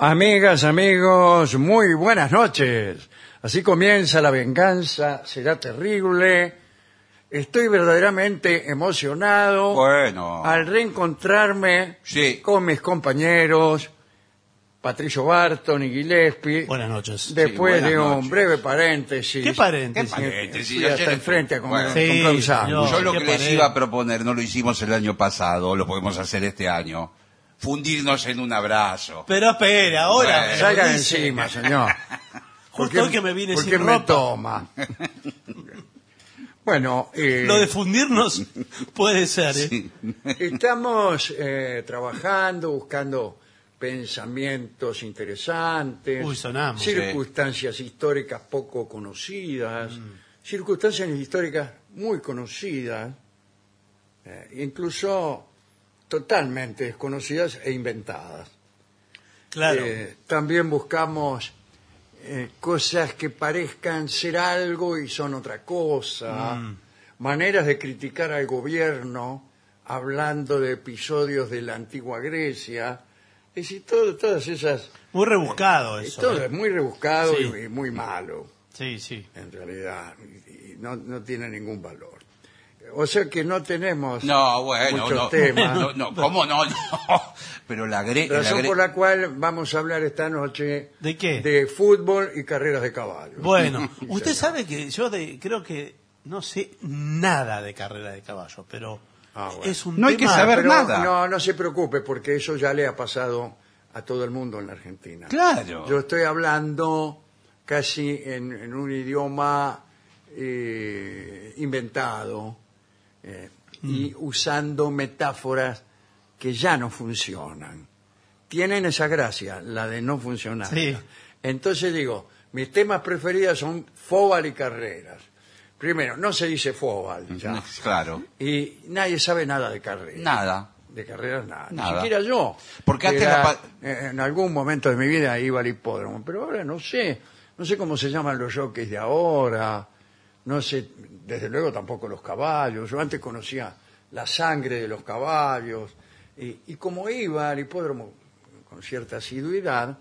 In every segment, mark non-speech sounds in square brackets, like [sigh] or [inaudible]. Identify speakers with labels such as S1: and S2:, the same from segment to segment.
S1: Amigas, amigos, muy buenas noches. Así comienza la venganza, será terrible. Estoy verdaderamente emocionado
S2: Bueno.
S1: al reencontrarme
S2: Sí.
S1: con mis compañeros Patricio Barton y Gillespie.
S3: Buenas noches.
S1: Después
S2: Sí,
S1: de
S2: buenas
S1: un
S2: noches.
S1: breve paréntesis.
S3: ¿Qué paréntesis?
S2: ¿Qué paréntesis?
S1: Fui
S2: Ayer
S1: hasta
S2: estuve-
S1: enfrente a comer
S2: Bueno.
S1: con
S3: Sí,
S1: Clausán.
S3: señor.
S2: Yo lo
S3: ¿qué
S2: que les
S3: pared?
S2: iba a proponer, no lo hicimos el año pasado, lo podemos hacer este año. Fundirnos en un abrazo.
S3: Pero espera, ahora.
S2: Bueno.
S3: me lo
S1: Salga de
S3: dice.
S1: encima, señor.
S3: Justo hoy que me vine
S1: ¿por
S3: sin
S1: qué me
S3: ropa. [laughs]
S1: toma? Bueno, eh,
S3: Lo
S1: [laughs]
S3: de fundirnos puede ser. ¿eh?
S1: estamos eh, trabajando, buscando pensamientos interesantes,
S3: Uy, sonamos.
S1: circunstancias históricas poco conocidas,
S3: Mm.
S1: circunstancias históricas muy conocidas, eh, incluso totalmente desconocidas e inventadas.
S3: Claro.
S1: Eh, también buscamos eh, cosas que parezcan ser algo y son otra cosa,
S3: Mm.
S1: maneras de criticar al gobierno hablando de episodios de la antigua Grecia, es decir, todo- todas esas,
S3: Muy rebuscado eso.
S1: todo
S3: ¿eh?
S1: es muy rebuscado
S3: Sí.
S1: y, y muy malo
S3: Sí, sí.
S1: en realidad, y, y no, no tiene ningún valor. O sea que no tenemos
S2: No, bueno,
S1: muchos
S2: no,
S1: temas.
S2: no, no, ¿Cómo no? [laughs] No. Pero la Gre- la
S1: Razón
S2: Gre-
S1: por la cual vamos a hablar esta noche
S3: ¿De qué?
S1: De fútbol y carreras de caballo. [laughs]
S3: Bueno, usted sabe que yo de- creo que no sé nada de carrera de caballo, pero
S1: Ah, bueno.
S3: es un
S2: No hay que
S3: tema-
S2: saber
S1: Pero
S2: nada.
S1: No, no se preocupe porque eso ya le ha pasado a todo el mundo en la Argentina.
S2: Claro.
S1: Yo estoy hablando casi en, en un idioma eh, inventado eh, y usando metáforas que ya no funcionan. Tienen esa gracia, la de no funcionar.
S3: Sí.
S1: Entonces digo, mis temas preferidos son fóbal y carreras. Primero, no se dice fóbal
S2: Mm.
S1: ya.
S2: Claro.
S1: Y nadie sabe nada de carreras.
S2: Nada.
S1: De carreras nada. Ni
S2: Nada.
S1: siquiera yo.
S2: Porque antes
S1: Era-
S2: la pa-
S1: eh, En algún momento de mi vida iba al hipódromo, pero ahora no sé. No sé cómo se llaman los jockeys de ahora. No sé, desde luego tampoco los caballos. Yo antes conocía la sangre de los caballos. Y, y como iba al hipódromo con cierta asiduidad,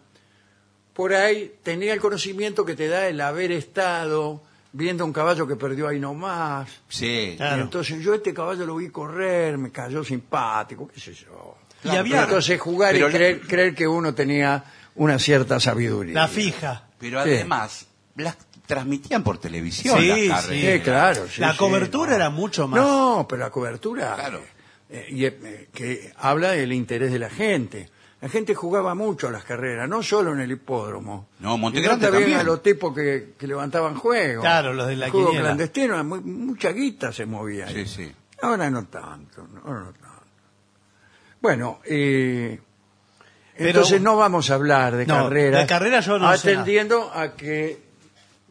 S1: por ahí tenía el conocimiento que te da el haber estado viendo un caballo que perdió ahí nomás.
S2: Sí.
S3: Claro.
S1: Y entonces yo este caballo lo vi correr, me cayó simpático, qué sé yo.
S3: Y había-
S1: entonces jugar
S2: Pero
S1: y
S2: la-
S1: creer, creer que uno tenía una cierta sabiduría.
S3: La fija.
S2: Pero
S1: Sí.
S2: además, las transmitían por televisión
S3: Sí,
S2: las
S3: sí.
S1: Sí,
S2: carreras.
S1: claro. sí,
S3: la
S1: sí,
S3: cobertura
S1: no.
S3: era mucho más.
S1: No, pero la cobertura
S2: Claro.
S1: eh, y, eh, que habla del interés de la gente. La gente jugaba mucho a las carreras, no solo en el hipódromo.
S2: No, Monte
S1: Y
S2: Grande
S1: a
S2: también.
S1: los tipos que, que levantaban juegos.
S3: Claro, los de la
S1: Juego
S3: quiniela.
S1: clandestino, mu- mucha guita se movía. ahí.
S2: Sí, sí.
S1: Ahora no tanto, no, ahora no tanto. Bueno, eh,
S3: Pero-
S1: entonces no vamos a hablar de
S3: No,
S1: carreras.
S3: de carreras yo no sé nada.
S1: Atendiendo a que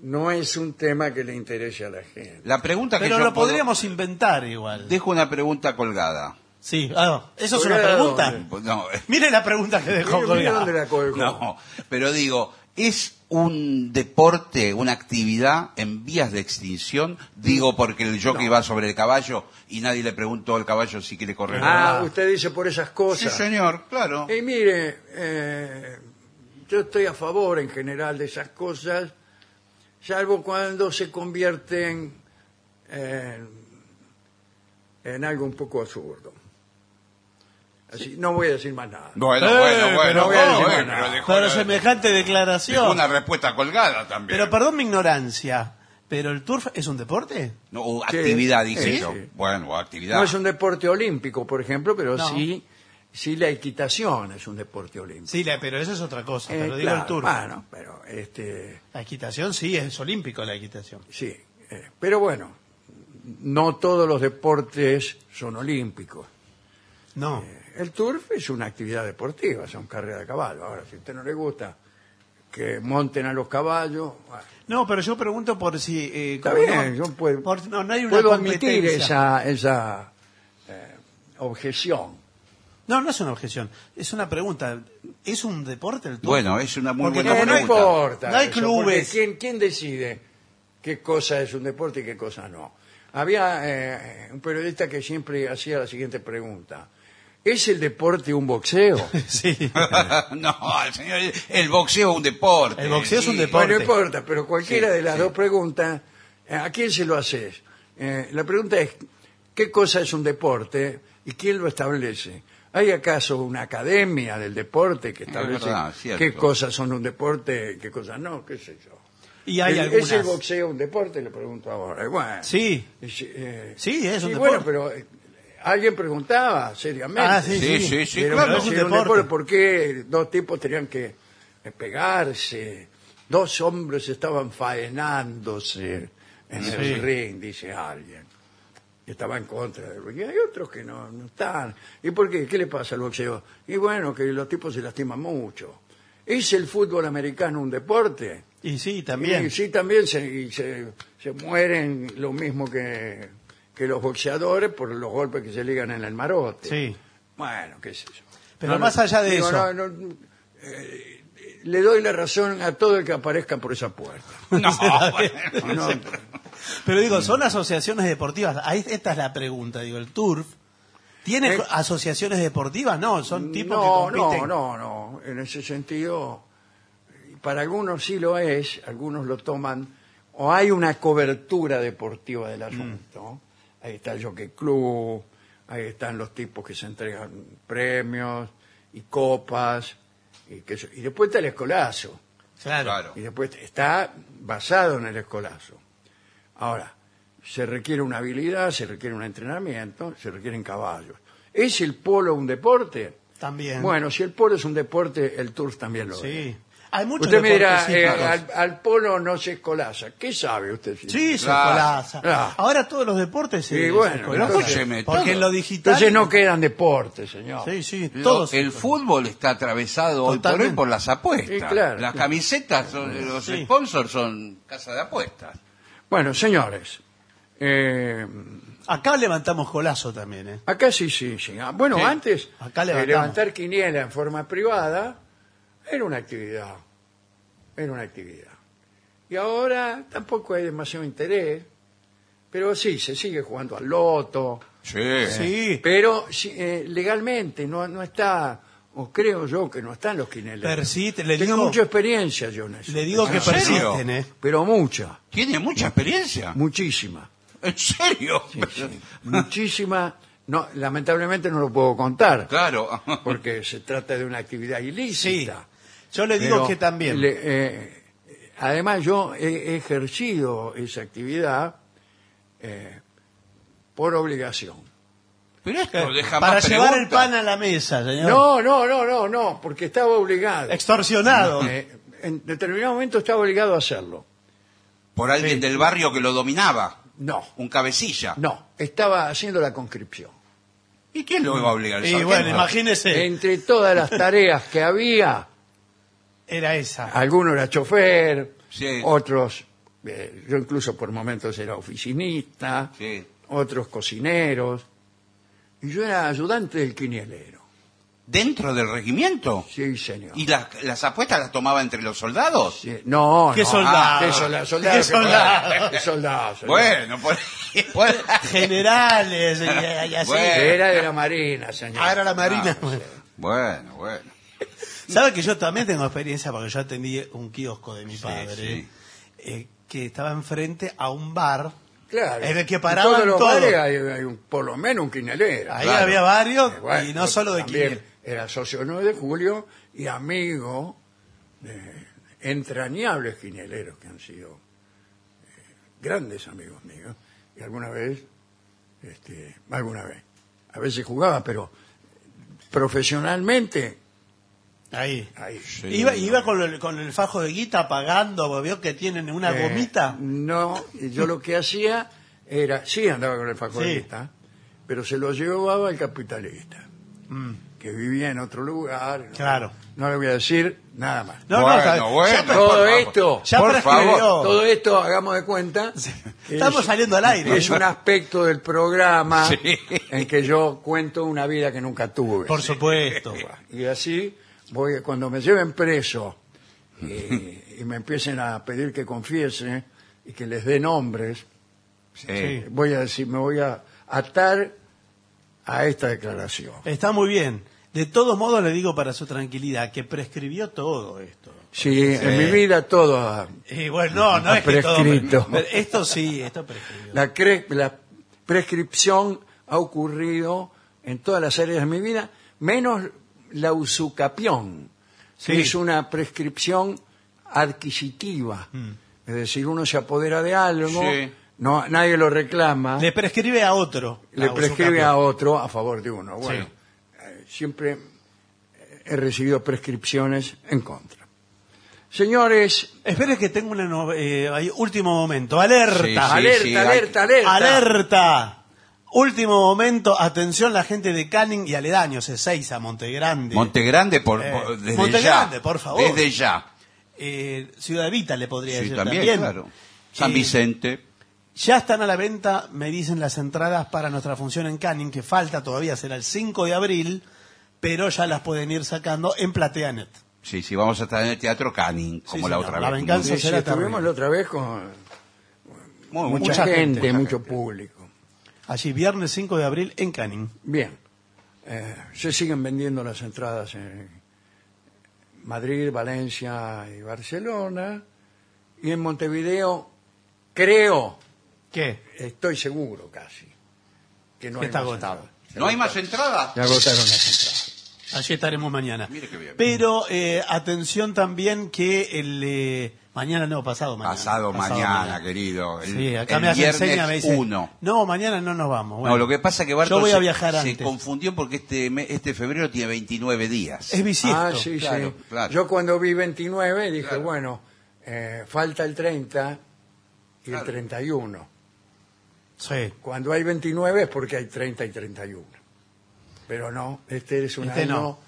S1: no es un tema que le interese a la gente.
S2: La pregunta que
S3: Pero
S2: yo
S3: lo
S2: puedo-
S3: podríamos inventar igual.
S2: Dejo una pregunta colgada.
S3: Sí, ah, eso es una
S1: Colgado,
S3: pregunta.
S1: hombre.
S2: No,
S3: Mire la pregunta que dejó
S1: eh. Mire, mire
S3: colgada.
S1: dónde la colgó.
S2: No, pero digo, ¿es un deporte, una actividad en vías de extinción? Digo porque el jockey va sobre el caballo y nadie le preguntó al caballo si quiere correr o
S1: Ah,
S2: no.
S1: usted dice por esas
S2: Sí,
S1: cosas.
S2: señor, claro.
S1: Y mire, eh, yo estoy a favor en general de esas cosas, salvo cuando se convierten eh, en algo un poco absurdo. Así, no voy a decir más nada.
S2: Bueno,
S3: Eh,
S2: bueno, bueno,
S3: pero
S2: bueno,
S1: ¿cómo?
S2: bueno, pero dejó
S3: Pero
S2: la-
S3: semejante
S2: dejó
S3: declaración.
S2: una respuesta colgada también.
S3: Pero perdón mi ignorancia, pero el turf es un deporte?
S2: No, o actividad, dije
S1: sí,
S2: yo.
S1: sí.
S2: Bueno, actividad.
S1: No es un deporte olímpico, por ejemplo, pero
S3: No.
S1: sí, sí la equitación es un deporte olímpico.
S3: Sí, la- pero eso es otra cosa,
S1: Eh,
S3: pero digo
S1: claro,
S3: el turf.
S1: Bueno, pero este,
S3: La equitación sí es olímpico la equitación.
S1: sí, eh, pero bueno, no todos los deportes son olímpicos.
S3: No.
S1: El turf es una actividad deportiva, son carreras de caballo. Ahora, si a usted no le gusta que monten a los caballos, bueno,
S3: No, pero yo pregunto por si eh,
S1: está
S3: como
S1: bien,
S3: no,
S1: yo puedo,
S3: por- no, no hay una
S1: puedo admitir
S3: competencia.
S1: esa, esa eh, objeción.
S3: No, no es una objeción, es una pregunta. ¿Es un deporte el turf? [laughs]
S2: Bueno, es una muy
S3: Porque
S2: buena
S1: Eh, no
S2: pregunta.
S1: importa.
S3: No hay
S1: eso, porque
S3: clubes.
S1: ¿quién, quién decide qué cosa es un deporte y qué cosa no? Había eh, un periodista que siempre hacía la siguiente pregunta. ¿Es el deporte un boxeo?
S3: [laughs] Sí.
S2: [laughs] no, el señor, el boxeo es un deporte.
S3: El boxeo es un deporte.
S1: Bueno, no importa, pero cualquiera de las dos preguntas, eh, ¿a quién se lo haces? Eh, la pregunta es, ¿qué cosa es un deporte y quién lo establece? ¿Hay acaso una academia del deporte que establece
S2: verdad, cierto.
S1: qué cosas son un deporte y qué cosas no? ¿Qué sé yo?
S3: Y hay
S1: ¿Es, [laughs]
S3: algunas.
S1: ¿Es el boxeo un deporte? Le pregunto ahora. Y Bueno,
S3: Sí.
S1: es, eh,
S3: Sí, es un
S1: y
S3: deporte.
S1: Bueno, pero eh, alguien preguntaba seriamente.
S3: Ah, sí,
S2: Sí,
S3: sí.
S2: sí, sí,
S1: Pero
S2: claro.
S1: bueno,
S3: es un
S1: si era un
S3: deporte.
S1: deporte, ¿Por qué dos tipos tenían que eh, pegarse? Dos hombres estaban faenándose en
S3: Sí.
S1: el ring, dice alguien. Y estaba en contra del ring. Y hay otros que no, no están. ¿Y por qué? ¿Qué le pasa al boxeo? Y bueno, que los tipos se lastiman mucho. ¿Es el fútbol americano un deporte?
S3: Y sí, también.
S1: Y sí, también se, y se, se mueren lo mismo que, que los boxeadores por los golpes que se ligan en el marote.
S3: Sí.
S1: Bueno, qué sé yo.
S3: Pero más allá de
S1: digo,
S3: eso.
S1: no, no, eh, le doy la razón a todo el que aparezca por esa
S3: [laughs]
S1: puerta.
S2: No, bueno,
S1: No,
S3: Pero digo, son asociaciones deportivas. Ahí esta es la pregunta, digo, el turf tiene
S1: Eh,
S3: co- asociaciones deportivas, no, son tipos
S1: no,
S3: que compiten.
S1: no, no, no. En ese sentido, para algunos sí lo es, algunos lo toman, o hay una cobertura deportiva del
S3: Mm.
S1: asunto. Ahí está el Jockey Club, ahí están los tipos que se entregan premios y copas, y, qué sé- y después está el escolazo.
S3: Claro.
S2: claro.
S1: Y después está basado en el escolazo. Ahora, se requiere una habilidad, se requiere un entrenamiento, se requieren caballos. ¿Es el polo un deporte?
S3: También.
S1: Bueno, si el polo es un deporte, el turf también lo es.
S3: sí. Hay muchos
S1: Usted me dirá, eh,
S3: deportes, sí,
S1: al, al polo no se escolaza. ¿Qué sabe usted? si-
S3: Sí, se
S2: Claro,
S3: colaza.
S1: claro.
S3: Ahora todos los deportes se,
S1: Sí,
S3: se
S1: bueno,
S3: colazan.
S2: pero escúcheme,
S3: porque
S2: todo.
S3: en lo digital
S1: Entonces no quedan deportes, señor.
S3: Sí, sí,
S2: Lo-
S3: todos.
S2: el fútbol está atravesado hoy por
S3: Totalmente.
S2: hoy por las apuestas.
S1: Sí, claro.
S2: las camisetas, son- los
S3: Sí.
S2: sponsors son casas de apuestas.
S1: Bueno, señores, eh,
S3: Acá levantamos colazo también, ¿eh?
S1: acá sí, sí, sí. Ah, Bueno,
S2: Sí.
S1: antes,
S3: Acá
S1: eh,
S3: levantamos.
S1: levantar quiniela en forma privada era una actividad. Era una actividad. Y ahora tampoco hay demasiado interés, pero sí, se sigue jugando al loto,
S2: Sí.
S3: Sí.
S1: Eh. Pero si- eh, legalmente no, no está, o creo yo que no están los quineleros.
S3: Persiste, le
S1: Tengo
S3: digo-
S1: mucha experiencia yo en eso.
S3: Le digo que
S2: ¿En serio?
S3: persisten, ¿eh?
S1: Pero mucha,
S2: Tiene mucha experiencia.
S1: muchísima.
S2: ¿En serio?
S1: muchísima. No, lamentablemente no lo puedo contar,
S2: [laughs] Claro.
S1: porque se trata de una actividad
S3: Sí.
S1: ilícita.
S3: Yo le digo
S1: Pero
S3: que también.
S1: le- eh, además, yo he ejercido esa actividad eh, por obligación.
S2: Pero esto deja
S3: Eh, Para
S2: más
S3: llevar el
S2: preguntas.
S3: pan a la mesa, señor.
S1: No, no, no, no, no, porque estaba obligado.
S3: Extorsionado.
S1: Eh, en determinado momento estaba obligado a hacerlo.
S2: Por alguien del barrio que lo dominaba.
S1: No,
S2: Un cabecilla.
S1: no, estaba haciendo la conscripción.
S2: ¿Y quién lo iba a obligar? ¿El
S3: y
S2: sargento?
S3: bueno, imagínese.
S1: Entre todas las tareas que había,
S3: Era esa.
S1: alguno era chofer,
S2: Sí.
S1: otros, eh, yo incluso por momentos era oficinista,
S2: Sí.
S1: otros cocineros, y yo era ayudante del quinielero.
S2: ¿Dentro del regimiento?
S1: Sí, señor.
S2: ¿Y las, las apuestas las tomaba entre los soldados?
S1: Sí, No,
S3: ¿Qué
S1: no,
S3: soldado?
S1: qué soldado, soldado,
S3: ¿Qué
S1: qué soldado,
S3: soldado?
S1: qué soldado, soldado.
S2: Bueno, por, por-
S3: Generales y, y así.
S2: Bueno.
S1: Era de la Marina, señor.
S3: Ah, era la Marina.
S2: Ah, [laughs] Bueno, bueno.
S3: ¿Sabe que yo también tengo experiencia? Porque yo atendí un kiosco de mi padre
S2: sí.
S3: eh, que estaba enfrente a un bar.
S1: Claro.
S3: En el que
S1: En
S3: paraban
S1: todos los
S3: todo.
S1: bares hay, hay un- por lo menos un quinelero.
S3: Ahí
S2: Claro.
S3: había varios
S1: Eh, bueno,
S3: y no solo de
S1: también
S3: quiniel.
S1: Era socio 9 de julio y amigo de entrañables quineleros que han sido eh, grandes amigos míos. Y alguna vez, este, alguna vez, a veces jugaba, pero profesionalmente,
S3: Ahí.
S1: ahí.
S3: iba iba con, el, con el fajo de guita pagando, porque vio que tienen una
S1: Eh,
S3: gomita.
S1: No, yo lo que hacía era, sí andaba con el faculista, pero se lo llevaba el capitalista,
S3: Mm.
S1: que vivía en otro lugar. No-
S3: Claro.
S1: No le voy a decir nada más.
S3: No, no,
S2: bueno,
S3: sabe-
S2: bueno.
S3: ya pre-
S1: todo
S2: por favor.
S1: esto,
S3: ya
S2: por
S3: prescribió.
S2: favor.
S1: Todo esto, hagamos de cuenta, que
S3: Estamos
S1: es-
S3: saliendo al aire.
S1: es un aspecto del programa
S2: Sí.
S1: en que yo cuento una vida que nunca tuve.
S3: Por supuesto.
S1: Y así, voy, cuando me lleven preso eh, y, me empiecen a pedir que confiese y que les dé nombres,
S2: Sí.
S1: voy a decir, me voy a atar a esta declaración.
S3: Está muy bien. De todos modos, le digo para su tranquilidad que prescribió todo esto.
S1: Sí, en mi vida todo ha-
S3: Y bueno, no, no
S1: Está
S3: es que todo-
S1: prescrito.
S3: pero esto sí, esto prescribió.
S1: la, cre- la prescripción ha ocurrido en todas las áreas de mi vida, menos la usucapión,
S3: Sí.
S1: que es una prescripción adquisitiva. Es decir, uno se apodera de algo,
S2: Sí.
S1: no, nadie lo reclama,
S3: Le prescribe a otro.
S1: le
S3: a
S1: prescribe
S3: usucapión.
S1: a otro a favor de uno. Bueno, eh, siempre he recibido prescripciones en contra. Señores,
S3: Espere que tengo una no- eh, ahí, último momento. Alerta.
S2: Sí, sí.
S1: alerta,
S2: hay-
S1: alerta, alerta,
S3: Alerta. Último momento, atención la gente de Canning y aledaños, Ezeiza, Montegrande,
S2: Montegrande, por,
S3: Eh,
S2: por- desde
S3: Montegrande,
S2: ya.
S3: por favor.
S2: Desde ya.
S3: eh, Ciudad Evita le podría
S2: Sí,
S3: decir
S2: también,
S3: también.
S2: claro. San
S3: Eh,
S2: Vicente.
S3: Ya están a la venta, me dicen las entradas para nuestra función en Canning, que falta todavía, será el 5 de abril, pero ya las pueden ir sacando en Plateanet.
S2: Sí, sí, vamos a estar en el Teatro Canning, como la
S3: señor,
S2: otra
S3: la
S2: vez.
S3: venganza
S1: Sí, sí,
S3: será
S1: estuvimos
S3: terrible.
S1: la otra vez con
S2: Muy-
S1: mucha,
S3: mucha
S1: gente,
S3: gente,
S1: mucho público.
S3: Allí, viernes 5 de abril en Canning.
S1: Bien, Eh, se siguen vendiendo las entradas en Madrid, Valencia y Barcelona. Y en Montevideo, creo,
S3: ¿Qué?
S1: estoy seguro casi, que no
S3: Que
S1: hay
S3: está
S1: más
S3: agotado.
S1: entradas.
S2: ¿No hay más entradas?
S1: Se agotaron las entradas.
S3: Allí estaremos mañana.
S2: Mire qué bien.
S3: Pero eh, atención también que el eh, mañana no, pasado mañana.
S2: Pasado, mañana, querido. El,
S3: Sí, acá
S2: el
S3: me hace
S2: viernes
S3: enseña, me dice,
S2: uno.
S3: No, mañana no nos vamos. Bueno,
S2: no, lo que pasa es que Barton
S3: Yo voy a
S2: se-
S3: viajar
S2: se,
S3: antes.
S2: confundió porque este, me- este febrero tiene 29 días.
S3: Es bisiesto.
S1: ah, sí,
S2: claro,
S1: sí.
S2: claro.
S1: Yo cuando vi 29 dije,
S2: Claro.
S1: bueno, eh, falta el 30 y
S2: Claro.
S1: el 31.
S3: Sí.
S1: Cuando hay 29 es porque hay 30 y 31. Pero no, este es un
S3: Este
S1: año
S3: no.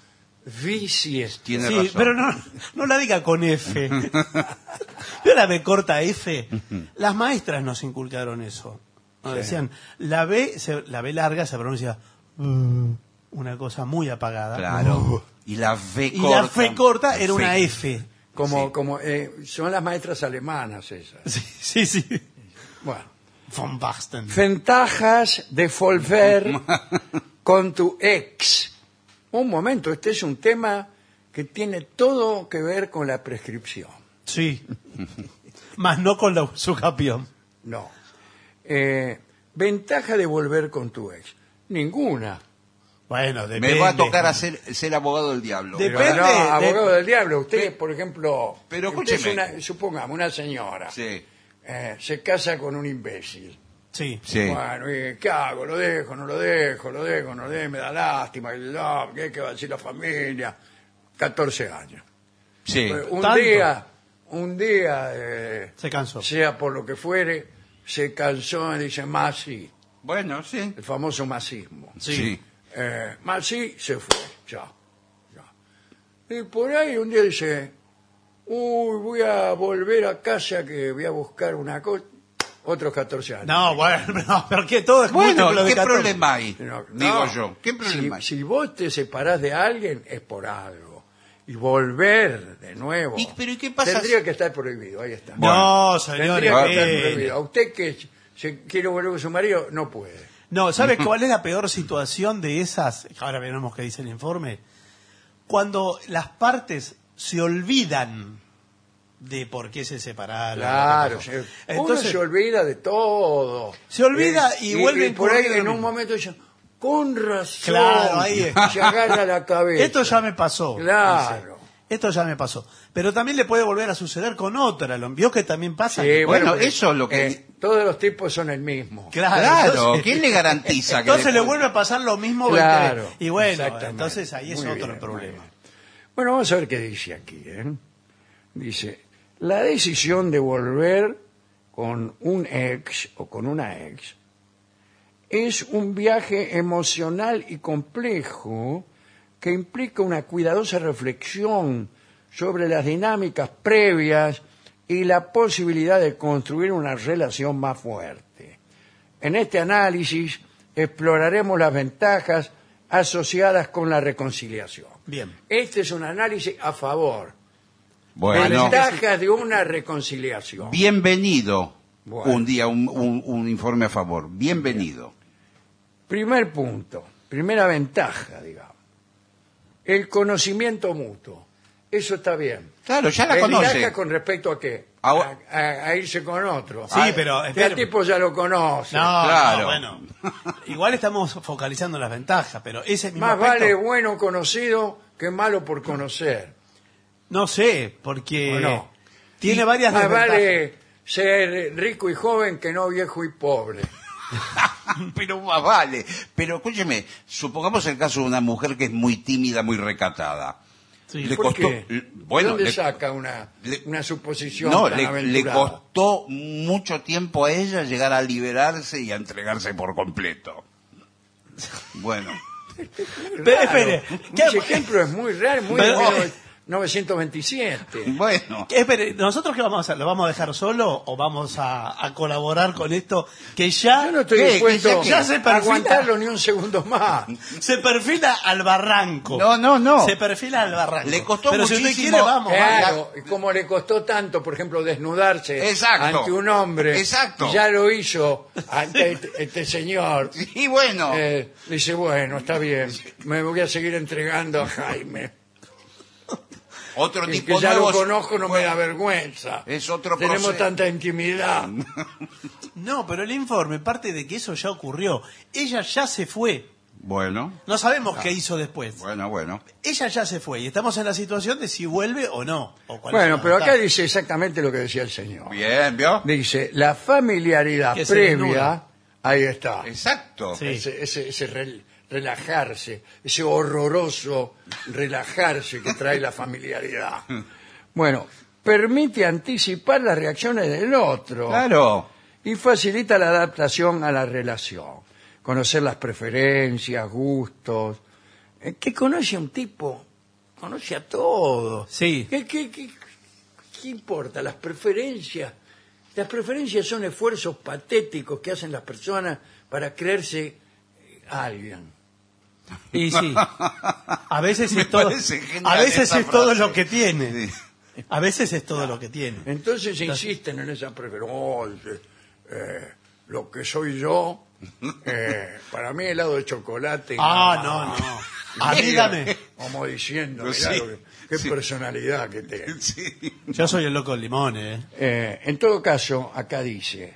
S1: bisiesto.
S2: Tiene
S3: Sí,
S2: razón.
S3: pero no, no la diga
S2: [laughs]
S3: con F. ¿Vio la B corta F? Las maestras nos inculcaron eso. Nos decían, la B, se- la B larga se pronuncia "Uh", una cosa muy apagada. Uh.
S2: Claro. Y la F
S3: Y
S2: corta.
S3: la F corta era una
S2: Fe.
S3: F.
S1: Como,
S2: Sí.
S1: como eh, son las maestras alemanas esas.
S3: Sí, sí, sí.
S1: Bueno,
S3: Von Basten.
S1: ventajas de
S3: [laughs]
S1: volver con tu ex. Un momento, este es un tema que tiene todo que ver con la prescripción.
S3: Sí. Más no con la, su capión.
S1: No. Eh, ventaja de volver con tu ex. Ninguna.
S3: Bueno, depende.
S2: Me va a tocar hacer, ser abogado del diablo.
S3: De-
S1: Pero
S3: Depende
S1: no,
S3: de-
S1: abogado del diablo, usted, por ejemplo,
S2: Pero
S1: usted es
S2: escúcheme.
S1: una- supongamos, una señora
S2: Sí.
S1: eh, se casa con un imbécil.
S3: Sí.
S2: Sí.
S1: Bueno, ¿y ¿qué hago? ¿Lo dejo? ¿No lo dejo? ¿Lo dejo? ¿No lo dejo? Me da lástima. y no, ¿Qué, qué va a decir la familia? 14 años.
S2: Sí.
S1: Eh, un
S3: Tanto.
S1: día, un día, eh,
S3: Se cansó.
S1: sea por lo que fuere, se cansó y dice, más sí,
S2: Bueno, sí.
S1: el famoso masismo.
S3: Sí.
S2: Sí.
S1: Eh, Maxi se fue, chao. chao. Y por ahí un día dice, uy, voy a volver a casa que voy a buscar una cosa. Otros 14 años.
S3: No, bueno, [laughs] no, pero que todo es
S2: Bueno,
S3: múltiplo de
S2: ¿qué
S3: 14.
S2: problema hay?
S1: No,
S2: Digo
S1: no.
S2: yo. ¿Qué problema
S1: si, si vos te separás de alguien es por algo. Y volver de nuevo.
S2: ¿Y- pero y qué pasa
S1: Tendría
S2: si-
S1: que estar prohibido, ahí está.
S3: No,
S1: Tendría
S3: señores.
S1: que estar
S3: eh,
S1: prohibido. A usted que se quiere volver con su marido, no puede.
S3: No, ¿sabes cuál es la peor situación de esas? Ahora veremos qué dice el informe. Cuando las partes se olvidan de por qué se separaron.
S1: Claro,
S3: de qué
S1: se-
S3: pasó.
S1: uno
S3: Entonces,
S1: se olvida de todo.
S3: Se olvida y vuelve a
S1: por ahí
S3: incurrir en
S1: en
S3: lo
S1: un
S3: mismo.
S1: momento dice, con razón.
S3: Claro, ahí es.
S1: Se agarra la cabeza.
S3: esto ya me pasó.
S1: Claro.
S3: dice. Esto ya me pasó. Pero también le puede volver a suceder con otra. ¿Lo vio que también pasa?
S1: Sí,
S2: Bueno,
S1: porque, eh,
S2: eso es lo que-
S1: todos los tipos son el mismo.
S3: Claro.
S2: Claro,
S3: entonces-
S2: ¿quién le garantiza que
S3: Entonces le
S2: después-
S3: vuelve a pasar lo mismo. 20 veces.
S1: Claro.
S3: Y bueno,
S1: exactamente.
S3: entonces ahí es
S1: Muy
S3: otro
S1: bien,
S3: el
S1: muy
S3: problema.
S1: bien. Bueno, vamos a ver qué dice aquí. ¿eh? Dice, la decisión de volver con un ex o con una ex es un viaje emocional y complejo que implica una cuidadosa reflexión sobre las dinámicas previas y la posibilidad de construir una relación más fuerte. En este análisis exploraremos las ventajas asociadas con la reconciliación.
S3: Bien.
S1: Este es un análisis a favor.
S2: Bueno,
S1: Ventajas de una reconciliación.
S2: bienvenido.
S1: Bueno.
S2: Un día, un, un- un informe a favor. Bienvenido.
S1: Primer punto. primera ventaja, digamos. El conocimiento mutuo. Eso está bien.
S2: Claro, ya la
S1: Ventaja
S2: conoce.
S1: con respecto a qué?
S2: A-
S1: A, a- a irse con otro.
S3: Sí,
S1: Ah,
S3: pero,
S1: El
S3: espere.
S1: tipo ya lo conoce.
S3: No,
S2: Claro.
S3: no, bueno. Igual estamos focalizando las ventajas, pero ese mismo
S1: Más
S3: aspecto-
S1: vale bueno conocido que malo por conocer.
S3: No sé, porque
S1: ¿O no?
S3: tiene varias
S1: Más
S3: desventajas.
S1: vale ser rico y joven que no viejo y pobre.
S2: [laughs] Pero más vale. Pero escúcheme, supongamos el caso de una mujer que es muy tímida, muy recatada.
S3: Sí.
S2: Le
S1: ¿Por
S2: costó.
S1: qué?
S2: l-
S1: ¿De
S2: Bueno,
S1: dónde
S2: le-
S1: saca una,
S2: le-
S1: una suposición
S2: no,
S1: tan
S2: le, le
S1: aventurada?
S2: costó mucho tiempo a ella llegar a liberarse y a entregarse por completo. [laughs] Bueno,
S3: Pero espere, ¿qué-
S1: Ese ejemplo es muy real, muy
S3: Pero-
S2: oh.
S1: de 1927.
S2: bueno.
S3: espere, ¿nosotros qué vamos a hacer? ¿Lo vamos a dejar solo o vamos a, a colaborar con esto que ya
S1: Yo no estoy
S2: ¿Qué?
S1: dispuesto
S2: Ya
S3: se
S1: a
S3: perfila.
S1: aguantarlo ni un segundo más.
S3: se perfila al barranco?
S2: No, no, no.
S3: Se perfila al barranco.
S2: Le costó
S3: pero si usted
S2: muchísimo-
S3: quiere, vamos. vamos.
S1: Claro, y como le costó tanto, por ejemplo, desnudarse
S2: Exacto.
S1: ante un hombre,
S2: Exacto.
S1: ya lo hizo ante este, este señor.
S2: Y bueno,
S1: Eh, dice, bueno, está bien, me voy a seguir entregando a Jaime.
S2: otro
S1: Y
S2: tipo
S1: que ya
S2: nuevo.
S1: lo conozco, no me da vergüenza.
S2: Es otro
S1: Tenemos
S2: proceso.
S1: tanta intimidad.
S3: No, pero el informe parte de que eso ya ocurrió. Ella ya se fue.
S2: Bueno,
S3: No sabemos qué hizo después.
S2: bueno, bueno.
S3: Ella ya se fue y estamos en la situación de si vuelve o no. o cuál es
S1: Bueno,
S3: la
S1: pero acá
S3: ventaja.
S1: dice exactamente lo que decía el señor.
S2: Bien, ¿vio?
S1: Dice, la familiaridad
S3: Que se
S1: previa,
S3: desnuda.
S1: ahí está.
S2: Exacto.
S3: Sí.
S1: Ese, ese- ese rel- relajarse, ese horroroso relajarse que trae la
S3: [laughs]
S1: familiaridad. Bueno, permite anticipar las reacciones del otro
S2: Claro.
S1: y facilita la adaptación a la relación. Conocer las preferencias, gustos. Eh, ¿Qué conoce a un tipo? Conoce a todos.
S3: Sí.
S1: ¿Qué, qué- qué- qué importa? Las preferencias. Las preferencias son esfuerzos patéticos que hacen las personas para creerse eh, alguien.
S2: [laughs]
S3: Y sí. A veces
S2: Me
S3: es todo,
S2: parece genial
S3: a veces
S2: esa
S3: es todo
S2: frase.
S3: lo que tiene.
S2: Sí.
S3: A veces es todo lo que tiene.
S1: Entonces insisten en esa preferencia. Oh, dice, eh, lo que soy yo, eh, para mí helado de chocolate. y
S3: Ah,
S1: nada
S3: no,
S1: más.
S3: no.
S1: Y
S3: A mí
S1: mira,
S3: dame.
S1: Como diciendo,
S2: Pues
S1: mirá
S2: sí,
S1: lo que- qué
S2: sí.
S1: personalidad que te.
S2: Sí.
S3: Yo soy el loco del limón, eh.
S1: Eh, en todo caso, acá dice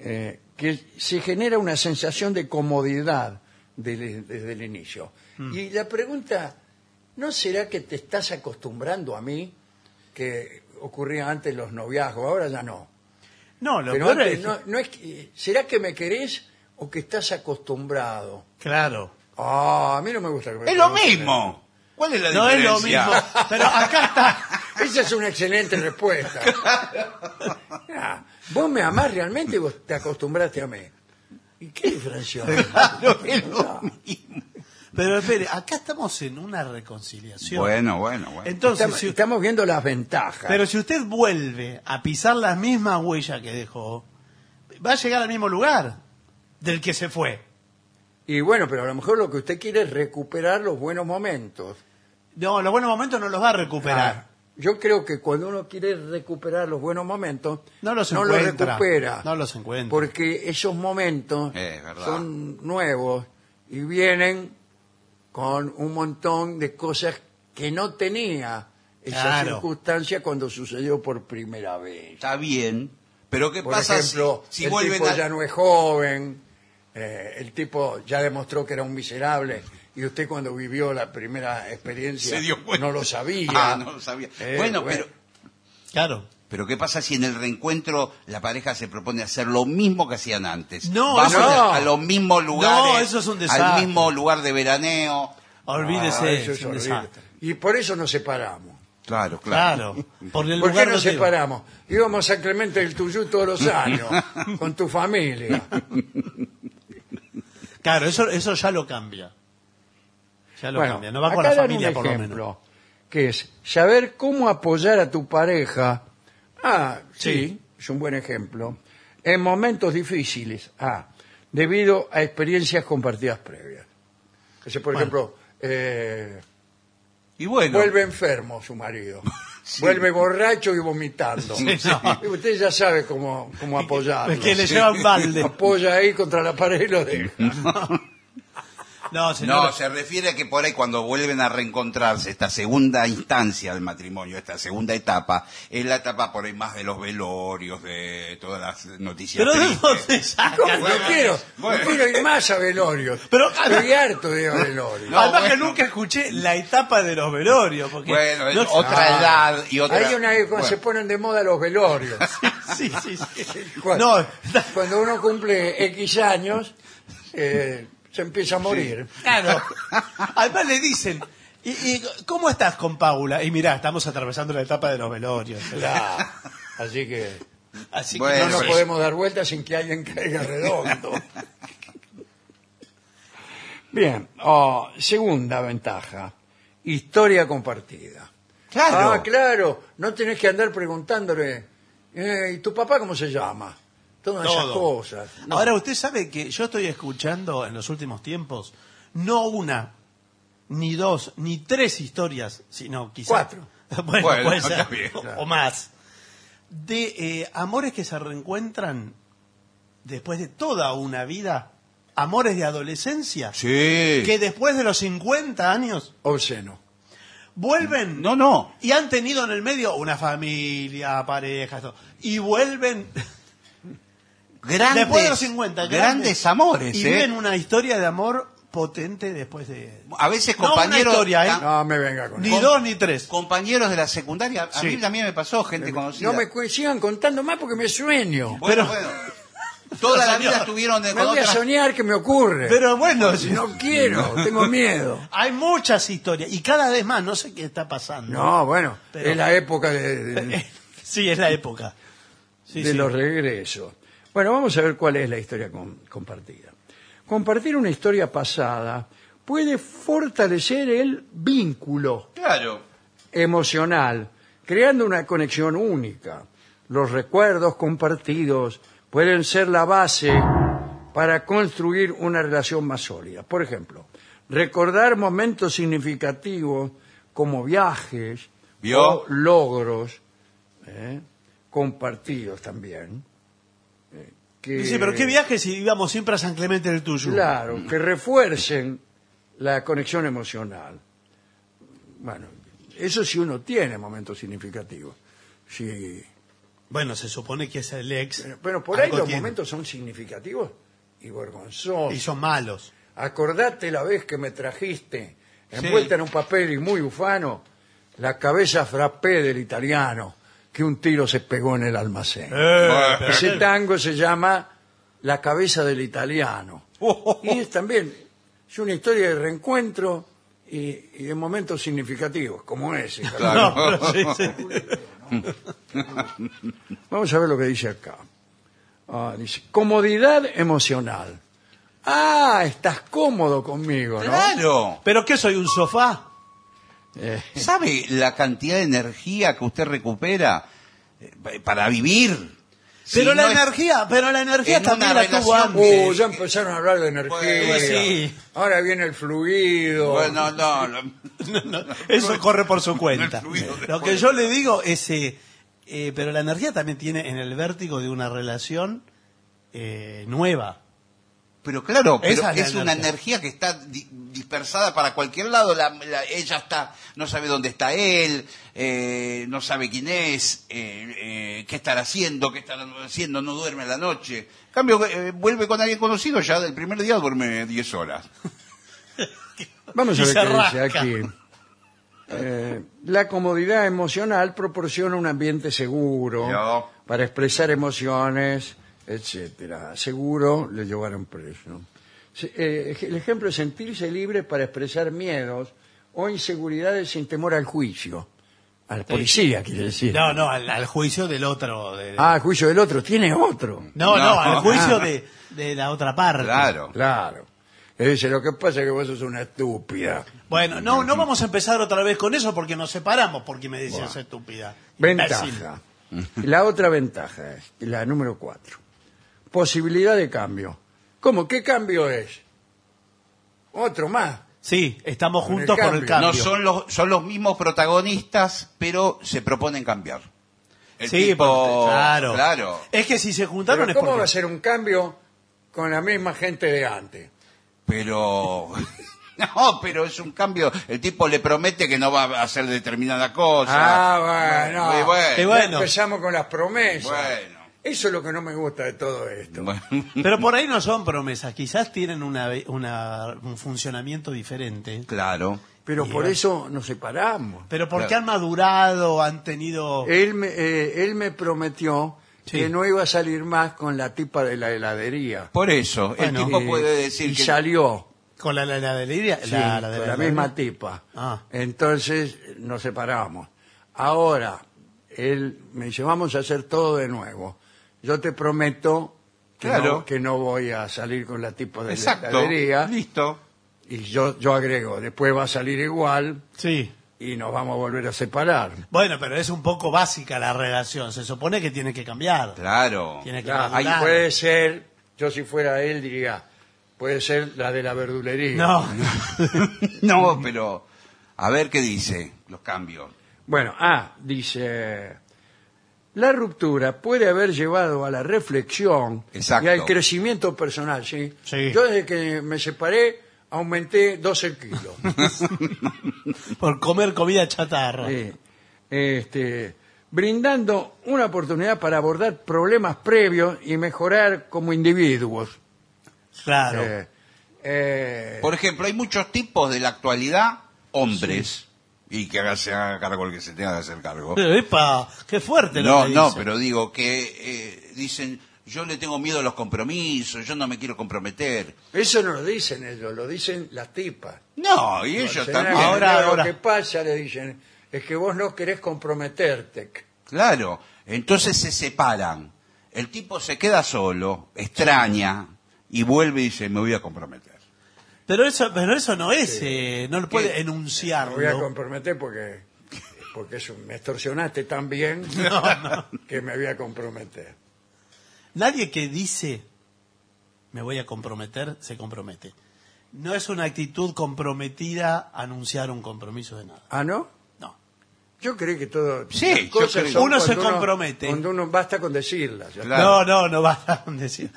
S1: eh, que se genera una sensación de comodidad del- desde el inicio. Y la pregunta, ¿no será que te estás acostumbrando a mí? Que ocurría antes los noviazgos, ahora ya no.
S3: No, lo
S1: Pero
S3: peor
S1: antes
S3: es-
S1: no- no es que- ¿Será que me querés o que estás acostumbrado?
S3: Claro.
S1: Ah, a mí no me gusta que me
S2: Es lo
S1: pregunten
S2: mismo. ¿Cuál es la
S3: No es
S2: diferencia?
S3: lo mismo. Pero acá está.
S1: eso. Esa es una excelente respuesta. Ah, vos me amás realmente y vos te acostumbraste a mí. ¿Y qué diferencia? hay?
S2: Claro, [laughs] es lo mismo.
S3: Pero espere, acá estamos en una reconciliación.
S2: Bueno, bueno, bueno.
S3: Entonces,
S1: Estamos,
S3: si,
S1: estamos viendo las ventajas.
S3: pero si usted vuelve a pisar la misma huella que dejó, va a llegar al mismo lugar del que se fue.
S1: y bueno, pero a lo mejor lo que usted quiere es recuperar los buenos momentos.
S3: No, los buenos momentos no los va a
S1: Ah,
S3: recuperar.
S1: yo creo que cuando uno quiere recuperar los buenos momentos,
S3: No los
S1: no los
S3: encuentra.
S1: recupera.
S3: No los encuentra.
S1: Porque esos momentos
S2: Eh, es verdad.
S1: son nuevos y vienen con un montón de cosas que no tenía esa
S3: Claro.
S1: circunstancia cuando sucedió por primera vez.
S2: Está bien. Pero ¿qué
S1: Por
S2: pasa si-
S1: ejemplo,
S2: si,
S1: el
S2: vuelven
S1: tipo
S2: a...
S1: ya no es joven, eh, el tipo ya demostró que era un miserable y usted cuando vivió la primera experiencia
S2: Se dio cuenta.
S1: no lo sabía.
S2: Ah, no lo sabía.
S1: Eh,
S2: bueno,
S1: bueno.
S2: pero...
S3: Claro.
S2: Pero ¿qué pasa si en el reencuentro la pareja se propone hacer lo mismo que hacían antes?
S3: No,
S2: Vamos
S1: eso no.
S2: a, a los mismos lugares.
S3: No, eso es un desastre.
S2: Al mismo lugar de veraneo.
S3: Olvídese,
S1: Ah, eso
S3: es,
S1: es
S3: un
S1: horrible.
S3: desastre.
S1: Y por eso nos separamos.
S2: Claro, claro.
S3: Claro. Porque el
S1: ¿Por qué
S3: lugar
S1: nos
S3: donde-
S1: separamos? Íbamos a Clemente del Tuyú todos
S3: [laughs]
S1: los años, con tu familia.
S3: Claro, eso, eso ya lo cambia. Ya lo
S1: Bueno,
S3: cambia. No va
S1: acá
S3: con la
S1: dan
S3: familia,
S1: un
S3: por lo
S1: ejemplo,
S3: menos.
S1: Que es saber cómo apoyar a tu pareja. Ah, sí,
S3: Sí.
S1: es un buen ejemplo. En momentos difíciles. Ah, debido a experiencias compartidas previas. Que se, por
S3: Bueno.
S1: ejemplo, eh,
S2: Y bueno.
S1: Vuelve enfermo su
S3: [laughs]
S1: marido. Vuelve borracho y vomitando.
S3: Sí, no.
S1: Y [laughs] Usted ya sabe cómo, cómo apoyarlo.
S3: Es que le llevan balde.
S1: Apoya ahí contra la pared y lo deja.
S3: No,
S2: No,
S3: señor.
S2: se refiere a que por ahí cuando vuelven a reencontrarse esta segunda instancia del matrimonio, esta segunda etapa, es la etapa por ahí más de los velorios, de todas las noticias
S3: pero de
S2: tristes.
S3: [laughs] dónde
S1: ¿Cómo?
S3: sacan?
S1: No quiero,
S2: bueno.
S1: no quiero ir más a
S2: [laughs]
S1: velorios.
S3: Pero-
S1: Estoy harto de ir a velorios.
S2: No,
S3: Además
S2: bueno.
S3: que nunca escuché la etapa de los velorios. Porque
S2: Bueno, es
S3: no-
S2: otra edad y otra...
S1: Hay una época cuando se
S2: Bueno,
S1: ponen de moda los
S2: [laughs]
S1: velorios.
S3: [laughs] Sí, sí, sí.
S1: Cuando,
S3: No,
S1: cuando uno cumple X años, eh, se empieza a morir.
S3: Claro. [laughs] Además le dicen, ¿y, y cómo estás con Paula? Y mirá, estamos atravesando la etapa de los velorios.
S1: Claro. Así que
S3: Así
S2: Bueno,
S1: no nos
S2: sí.
S1: podemos dar vuelta sin que alguien caiga
S2: [laughs]
S1: redondo. Bien, oh, segunda ventaja, historia compartida.
S2: Claro.
S1: Ah, claro, no tenés que andar preguntándole, eh, ¿y tu papá cómo se llama? Todas esas
S3: Todo.
S1: cosas. No.
S3: Ahora usted sabe que yo estoy escuchando en los últimos tiempos no una, ni dos, ni tres historias, sino quizás
S1: Cuatro.
S3: [laughs] Bueno,
S2: Bueno,
S3: puede ser,
S2: está bien.
S3: o- o más de eh, amores que se reencuentran después de toda una vida, amores de adolescencia
S2: Sí.
S3: que después de los 50 años
S1: Obsceno.
S3: vuelven
S2: No, no.
S3: y han tenido en el medio una familia, parejas, todo, y vuelven
S2: Grandes,
S3: después de los 50,
S2: grandes, amores,
S3: Y
S2: ¿eh?
S3: viven una historia de amor potente después de...
S2: A veces
S3: No una
S2: compañeros...
S3: historia, ¿eh?
S2: ah,
S1: No me venga con
S3: Ni
S1: eso.
S3: dos ni tres.
S2: Compañeros de la secundaria, a
S3: Sí.
S2: mí también me pasó, gente conocida.
S1: No me cu- sigan contando más porque me sueño.
S2: Bueno,
S3: Pero-
S2: bueno. Toda
S3: [laughs]
S2: la vida
S3: Señor,
S2: estuvieron
S1: Me
S2: de, con
S1: voy a
S2: otras-
S1: soñar que me ocurre.
S3: Pero bueno, si-
S1: no quiero, tengo miedo.
S3: [laughs] hay muchas historias y cada vez más, no sé qué está pasando.
S1: No, bueno,
S3: Pero-
S1: es la época de, de-
S3: [laughs] sí, es la época. [laughs] Sí,
S1: de
S3: sí.
S1: los regresos. Bueno, vamos a ver cuál es la historia com- compartida. Compartir una historia pasada puede fortalecer el vínculo
S2: Claro.
S1: emocional, creando una conexión única. Los recuerdos compartidos pueden ser la base para construir una relación más sólida. Por ejemplo, recordar momentos significativos como viajes
S2: ¿Vio?
S1: o logros ¿eh? compartidos también. eh, que-
S3: Sí, pero qué viaje si íbamos siempre a San Clemente del Tuyo.
S1: Claro, que refuercen la conexión emocional. Bueno, eso sí uno tiene momentos significativos. Sí.
S3: Bueno, se supone que es el ex.
S1: Pero, pero por ahí
S3: Algo
S1: los
S3: tiene.
S1: momentos son significativos y vergonzosos.
S3: Y son malos.
S1: Acordate la vez que me trajiste, envuelta en un papel y muy ufano, la cabeza frappé del italiano, que un tiro se pegó en el almacén.
S3: Eh,
S2: Bueno.
S1: Ese tango se llama La cabeza del italiano. Y es también es una historia de reencuentro y, y de momentos significativos, como
S2: [laughs]
S1: ese.
S2: Claro.
S3: No, pero sí, sí.
S1: Vamos a ver lo que dice acá. Ah, dice, comodidad emocional. Ah, estás cómodo conmigo, ¿no?
S2: Claro.
S3: ¿Pero qué soy, un sofá?
S1: Eh,
S2: ¿Sabe la cantidad de energía que usted recupera eh, pa- para vivir? Si
S3: pero la
S2: no es-
S3: energía, pero la energía
S2: en una
S3: también la tuvo
S2: relación-
S3: antes.
S1: uh, ya empezaron a hablar de energía.
S2: Bueno,
S3: sí.
S1: Ahora viene el fluido.
S2: Bueno, no, no.
S3: No, no, eso corre por su cuenta.
S2: No influido
S3: Lo que
S2: después.
S3: yo le digo es, eh, eh, pero la energía también tiene en el vértigo de una relación eh, nueva.
S2: Pero claro, pero
S3: Esa es la
S2: es una
S3: energía.
S2: energía que está di- dispersada para cualquier lado. La- la- ella está, no sabe dónde está él, eh, no sabe quién es, eh, eh, qué estará haciendo, qué estará haciendo, no duerme en la noche. En cambio, eh, vuelve con alguien conocido, ya del primer día duerme 10 horas.
S1: Vamos a
S3: Y
S1: ver
S3: se
S1: qué dice
S3: rasca.
S1: aquí. Eh, la comodidad emocional proporciona un ambiente seguro
S2: Yo.
S1: para expresar emociones, etcétera. Seguro le llevaron preso. Se- eh, el ejemplo es sentirse libre para expresar miedos o inseguridades sin temor al juicio. A la policía, quiere decir.
S3: No, no, al, al juicio del otro. de-
S1: Ah, el juicio del otro. Tiene otro.
S3: no, no,
S2: no.
S3: al juicio de, de la otra parte.
S2: Claro.
S1: Claro. Le dice, lo que pasa es que vos sos una estúpida.
S3: Bueno, no, no vamos a empezar otra vez con eso porque nos separamos porque me decías estúpida. Imbécil.
S1: Ventaja. [laughs] La otra ventaja es la número cuatro. Posibilidad de cambio. ¿Cómo? ¿Qué cambio es? Otro más.
S3: Sí, estamos
S1: Con el
S3: juntos por el
S1: cambio.
S3: cambio.
S2: No son los, son los mismos protagonistas, pero se proponen cambiar. El
S3: sí,
S2: tipo-
S3: porque- claro.
S2: claro.
S3: Es que si se juntaron
S1: Pero
S3: es
S1: ¿Cómo
S3: porque...
S1: va a ser un cambio con la misma gente de antes?
S2: pero... [laughs] No, pero es un cambio. El tipo le promete que no va a hacer determinada cosa.
S1: Ah, bueno.
S2: Muy
S1: Ya
S2: bueno.
S3: bueno.
S1: Empezamos con las promesas.
S2: Bueno.
S1: Eso es lo que no me gusta de todo esto.
S2: Bueno,
S3: Pero por ahí no son promesas, quizás tienen una, ve- una- un funcionamiento diferente.
S2: Claro.
S1: Pero por
S3: Bien.
S1: eso nos separamos.
S3: Pero porque
S2: Claro.
S3: han madurado, han tenido...
S1: Él me, eh, él me prometió
S3: Sí.
S1: que no iba a salir más con la tipa de la heladería.
S2: Por eso,
S3: Bueno.
S2: el tipo
S1: Eh,
S2: puede decir
S1: y
S2: que...
S1: salió
S3: Con la la- la deliria-
S1: sí,
S3: la- la-
S1: con
S3: la-
S1: la
S3: la-
S1: misma tipa.
S3: Ah.
S1: Entonces nos separamos. Ahora, él me dice, vamos a hacer todo de nuevo. Yo te prometo que,
S2: Claro.
S1: no, que no voy a salir con la tipa de la
S2: Exacto.
S1: heladería.
S2: Listo.
S1: Y yo, yo agrego, después va a salir igual
S3: Sí.
S1: y nos vamos a volver a separar.
S3: Bueno, pero es un poco básica la relación. Se supone que tiene que cambiar.
S2: Claro.
S1: [laughs]
S3: Tiene que
S1: Claro,
S3: madurar.
S1: puede ser, yo si fuera él diría, puede ser la de la verdulería.
S3: No. [laughs]
S2: No, pero a ver qué dice los
S1: [laughs]
S2: cambios.
S1: Bueno, ah, dice, la ruptura puede haber llevado a la reflexión
S2: Exacto.
S1: y al crecimiento personal, ¿sí?
S3: Sí.
S1: Yo desde que me separé aumenté 12 kilos.
S3: Por comer comida chatarra.
S1: Sí. Este, brindando una oportunidad para abordar problemas previos y mejorar como individuos.
S3: Claro.
S1: Eh, eh,
S2: Por ejemplo, hay muchos tipos de la actualidad, hombres, y que haga- se haga cargo el que se tenga que hacer cargo.
S3: Pero, epa, qué fuerte lo
S2: No,
S3: que
S2: no,
S3: dice.
S2: pero digo que eh, dicen, yo le tengo miedo a los compromisos, yo no me quiero comprometer.
S1: eso no lo dicen ellos, lo dicen las tipas.
S2: No, y ellos
S1: Señora,
S2: también.
S3: ahora-
S1: Lo que pasa, le dicen, es que vos no querés comprometerte.
S2: Claro, entonces se separan. El tipo se queda solo, extraña, y vuelve y dice, me voy a comprometer. [laughs]
S3: Pero eso, pero eso no es, eh, no lo puede enunciarlo.
S1: Me voy a comprometer porque, porque es un- me extorsionaste tan bien
S3: [laughs] No, no.
S1: que me voy a comprometer.
S3: Nadie que dice me voy a comprometer se compromete. No es una actitud comprometida anunciar un compromiso de nada.
S1: ¿Ah, no?
S3: No.
S1: Yo creo que todo.
S2: Sí,
S1: las
S2: yo
S1: cosas
S2: creo.
S1: son
S3: Uno se
S1: cuando
S3: compromete.
S1: Cuando uno basta con decirlas. ya está.
S2: Claro.
S3: No, no, no va a decir.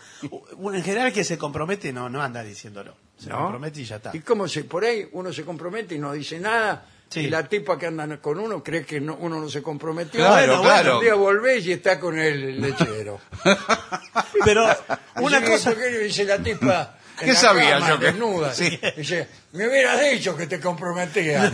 S3: Bueno, en general que se compromete no no anda diciéndolo. Se
S1: ¿No?
S3: compromete y ya
S1: [laughs]
S3: está.
S1: Y como si por ahí uno se compromete y no dice nada,
S3: Sí.
S1: y la tipa que anda con uno cree que no- uno no se comprometió.
S2: Claro,
S1: bueno,
S2: claro.
S1: Un día volvés y está con el lechero.
S3: Pero una
S1: Dice,
S3: cosa,
S1: "¿Por qué?", dice la tipa. en
S2: ¿Qué
S1: la
S2: sabía
S1: cama,
S2: yo que-
S1: desnuda.
S2: Sí.
S1: Dice, me hubieras dicho que te comprometía.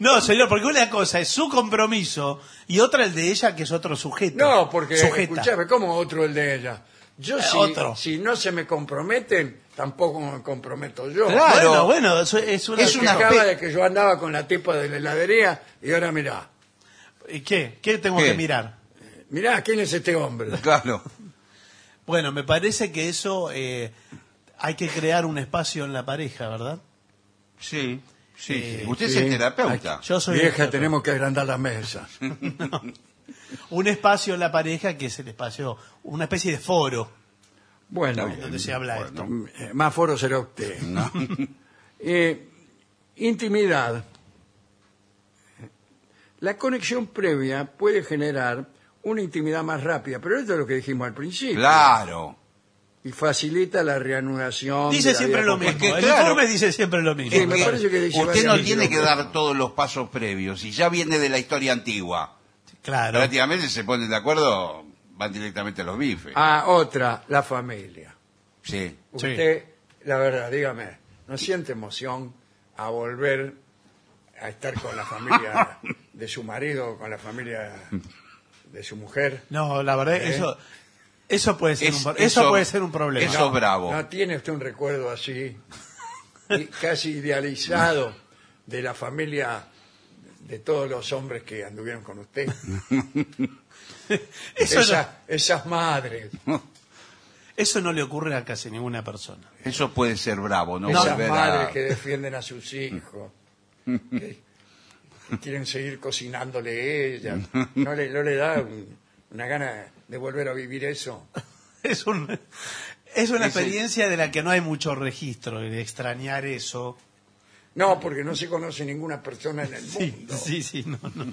S3: no, señor, porque una cosa es su compromiso y otra el de ella que es otro sujeto.
S1: No, porque,
S3: Sujeta.
S1: escuchame, ¿cómo otro el de ella? Yo
S3: Eh,
S1: si,
S3: otro.
S1: si no se me comprometen, tampoco me comprometo yo.
S2: Claro.
S3: Bueno, bueno, eso es una
S2: Es
S1: Se
S2: una-
S1: quejaba de que yo andaba con la tipa de la heladería y ahora mirá,
S3: ¿Y ¿Qué? ¿Qué tengo
S2: ¿Qué?
S3: que mirar?
S1: mirá, ¿quién es este hombre?
S2: Claro.
S3: Bueno, me parece que eso eh, hay que crear un espacio en la pareja, ¿verdad?
S2: Sí, sí.
S3: Eh,
S2: sí. Usted
S1: sí.
S2: es el terapeuta.
S3: Yo soy este el
S1: Vieja,
S3: terapeuta.
S1: tenemos que agrandar la mesa.
S3: Un espacio en la pareja que es el espacio, una especie de foro
S1: Bueno,
S3: donde se habla
S2: Bueno.
S3: esto.
S1: eh, más foro será usted. [laughs] Eh, intimidad. La conexión previa puede generar una intimidad más rápida, pero esto es lo que dijimos al principio.
S2: Claro.
S1: Y facilita la reanudación. de
S3: Dice
S1: la
S3: siempre
S1: vida
S3: lo
S1: común.
S3: mismo.
S2: que,
S3: el
S2: claro.
S3: informe dice siempre lo mismo.
S1: Sí, me
S2: Es que
S1: parece que dice
S2: usted no
S1: varias
S2: tiene que
S1: microfonos.
S2: dar todos los pasos previos y ya viene de la historia antigua.
S3: Claro.
S2: Prácticamente se ponen de acuerdo, van directamente a los bifes.
S1: Ah, otra, la familia.
S2: Sí.
S3: Sí.
S1: Usted, la verdad, dígame, ¿no siente emoción a volver a estar con la
S3: [laughs]
S1: familia de su marido o con la familia de su mujer?
S3: No, la verdad,
S1: ¿Eh?
S3: eso, eso, puede ser
S2: Es-
S3: un, pro- eso,
S2: eso-
S3: puede ser un problema.
S2: eso- Sos bravo.
S1: ¿No tiene usted un recuerdo así, y casi idealizado, de la familia de todos los hombres que anduvieron con usted?
S3: Eso no-
S1: Esa- Esas madres,
S3: eso no le ocurre a casi ninguna persona. [laughs]
S2: Eso puede ser bravo, ¿no?
S1: esas
S2: Volver a-
S1: madres que defienden a sus
S2: [laughs]
S1: hijos, que, que quieren seguir cocinándole ellas. ¿No le, no le da un- una gana de volver a vivir eso?
S3: Es, un- es una
S2: Sí, sí.
S3: experiencia de la que no hay mucho registro, de extrañar eso.
S1: No, porque no se conoce ninguna persona en el
S3: Sí,
S1: mundo.
S3: sí, sí, no, no.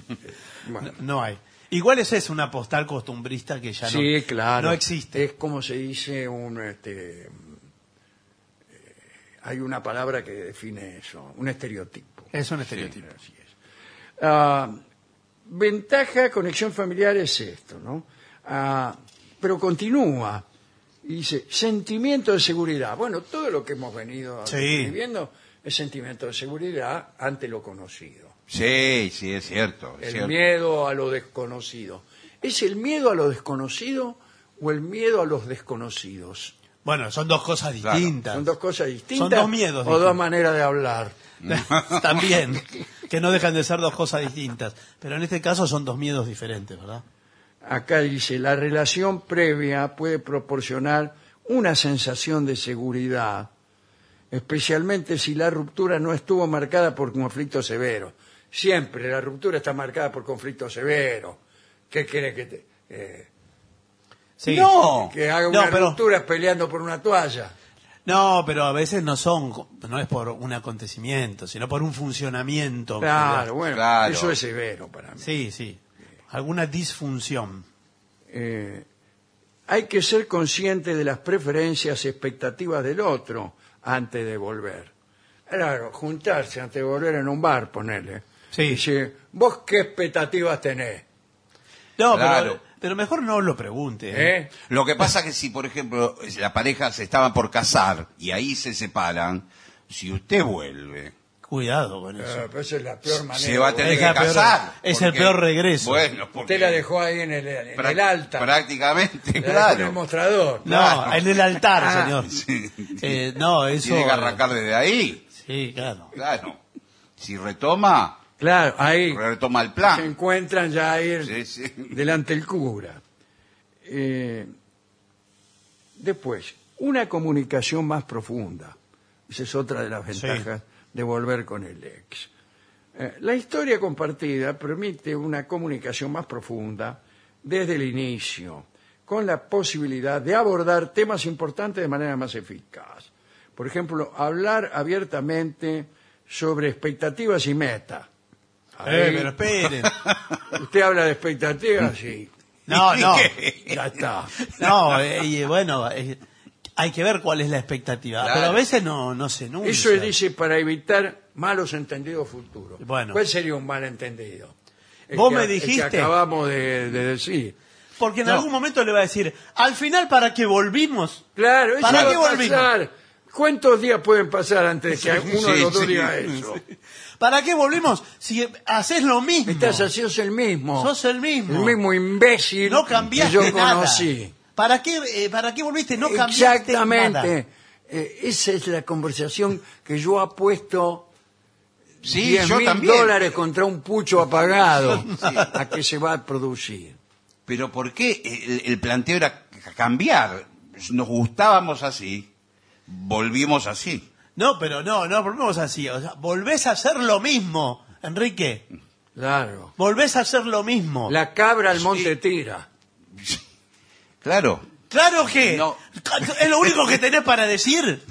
S1: Bueno.
S3: No hay. Igual esa es una postal costumbrista que ya no,
S1: Sí, claro.
S3: no existe.
S1: Es como se dice un este, eh, hay una palabra que define eso, un estereotipo.
S3: Es un estereotipo.
S1: Así es. Ah, ventaja, conexión familiar es esto, ¿no? Ah, pero continúa. Y dice, sentimiento de seguridad. Bueno, todo lo que hemos venido
S3: Sí.
S1: viviendo es sentimiento de seguridad ante lo conocido.
S2: Sí, sí, es cierto. es
S1: El
S2: cierto.
S1: miedo a lo desconocido. ¿Es el miedo a lo desconocido o el miedo a los desconocidos?
S3: Bueno, son dos cosas
S2: Claro,
S3: distintas.
S1: Son dos cosas distintas.
S3: Son dos miedos
S1: O dos
S3: distintos.
S1: maneras de hablar.
S3: [laughs] También, que no dejan de ser dos cosas distintas. Pero en este caso son dos miedos diferentes, ¿verdad?
S1: Acá dice, la relación previa puede proporcionar una sensación de seguridad, especialmente si la ruptura no estuvo marcada por conflicto severo. Siempre la ruptura está marcada por conflicto severo. ¿Qué quiere que te- eh,
S3: Sí.
S2: No.
S1: que haga
S3: No,
S1: una
S3: pero-
S1: ruptura peleando por una toalla?
S3: No, pero a veces no son, no es por un acontecimiento, sino por un funcionamiento. en
S1: Claro,
S3: general.
S1: bueno,
S2: Claro.
S1: eso es severo para mí.
S3: Sí, sí. Alguna disfunción.
S1: Eh, hay que ser consciente de las preferencias y expectativas del otro antes de volver. Claro, juntarse antes de volver en un bar, ponele.
S3: Sí.
S1: Dice, ¿vos qué expectativas tenés?
S3: No,
S2: Claro.
S3: pero, pero mejor no lo pregunte. ¿eh?
S1: ¿Eh?
S2: Lo que pasa que si, por ejemplo, la pareja se estaba por casar y ahí se separan, si usted vuelve,
S3: Cuidado con eso.
S1: Eh, pero esa es la peor manera.
S2: se va a
S1: de
S2: tener
S3: Es
S2: que
S3: la
S1: volver.
S3: peor-
S2: casar.
S3: es el peor regreso.
S2: Bueno, porque...
S1: Usted la dejó ahí en el, en
S2: Prá-
S1: el alta.
S2: Prácticamente,
S1: la dejó En el
S2: claro.
S1: mostrador.
S3: no,
S2: claro.
S3: en el altar,
S1: Ah,
S3: señor. Eh, no, eso.
S2: Tiene que arrancar desde ahí,
S3: Sí, claro.
S1: Eh.
S2: claro. Si retoma,
S1: Claro, ahí.
S2: retoma el
S1: se
S2: plan.
S1: encuentran ya ahí el-
S2: Sí, sí.
S1: delante el cura. Eh, después, una comunicación más profunda. Esa es otra de las
S3: Sí.
S1: ventajas de volver con el ex. Eh, la historia compartida permite una comunicación más profunda desde el inicio, con la posibilidad de abordar temas importantes de manera más eficaz. Por ejemplo, hablar abiertamente sobre expectativas y metas.
S3: Eh, pero esperen.
S1: Usted habla de expectativas, sí. [laughs]
S2: [laughs]
S3: No, no. [laughs]
S1: Ya está.
S3: No, eh, y bueno, eh, hay que ver cuál es la expectativa.
S2: Claro.
S3: Pero a veces no, no se enuncia.
S1: Eso dice para evitar malos entendidos futuros.
S3: Bueno.
S1: ¿Cuál sería un malentendido? El
S3: Vos
S1: que-
S3: me
S1: el que
S3: dijiste.
S1: acabamos de, de decir.
S3: Porque en
S1: No.
S3: algún momento le va a decir, al final, ¿para qué volvimos?
S1: Claro, eso
S3: ¿Para
S1: va
S3: qué
S1: a
S3: volvimos?
S1: pasar. ¿Cuántos días pueden pasar antes de que uno de
S2: sí,
S1: los dos
S2: sí,
S1: diga eso?
S3: ¿Para qué volvimos si haces lo mismo?
S1: Estás así, sos el mismo.
S3: Sos el mismo.
S1: El mismo imbécil
S3: No cambiaste
S1: que yo
S3: nada.
S1: conocí.
S3: ¿Para qué, eh, ¿Para qué volviste? No cambiaste nada.
S1: Exactamente. Eh, esa es la conversación que yo apuesto
S2: Sí,
S1: 10
S2: yo
S1: mil
S2: también.
S1: dólares contra un pucho
S2: [laughs]
S1: apagado a que se va a producir.
S2: Pero ¿por qué el, el planteo era c- cambiar? Nos gustábamos así, volvimos así.
S3: No, pero no, no volvemos así. O sea, volvés a hacer lo mismo, Enrique.
S1: Claro.
S3: Volvés a hacer lo mismo.
S1: La cabra al monte tira.
S2: Claro.
S3: Claro que.
S2: No.
S3: Es lo único que tenés para decir.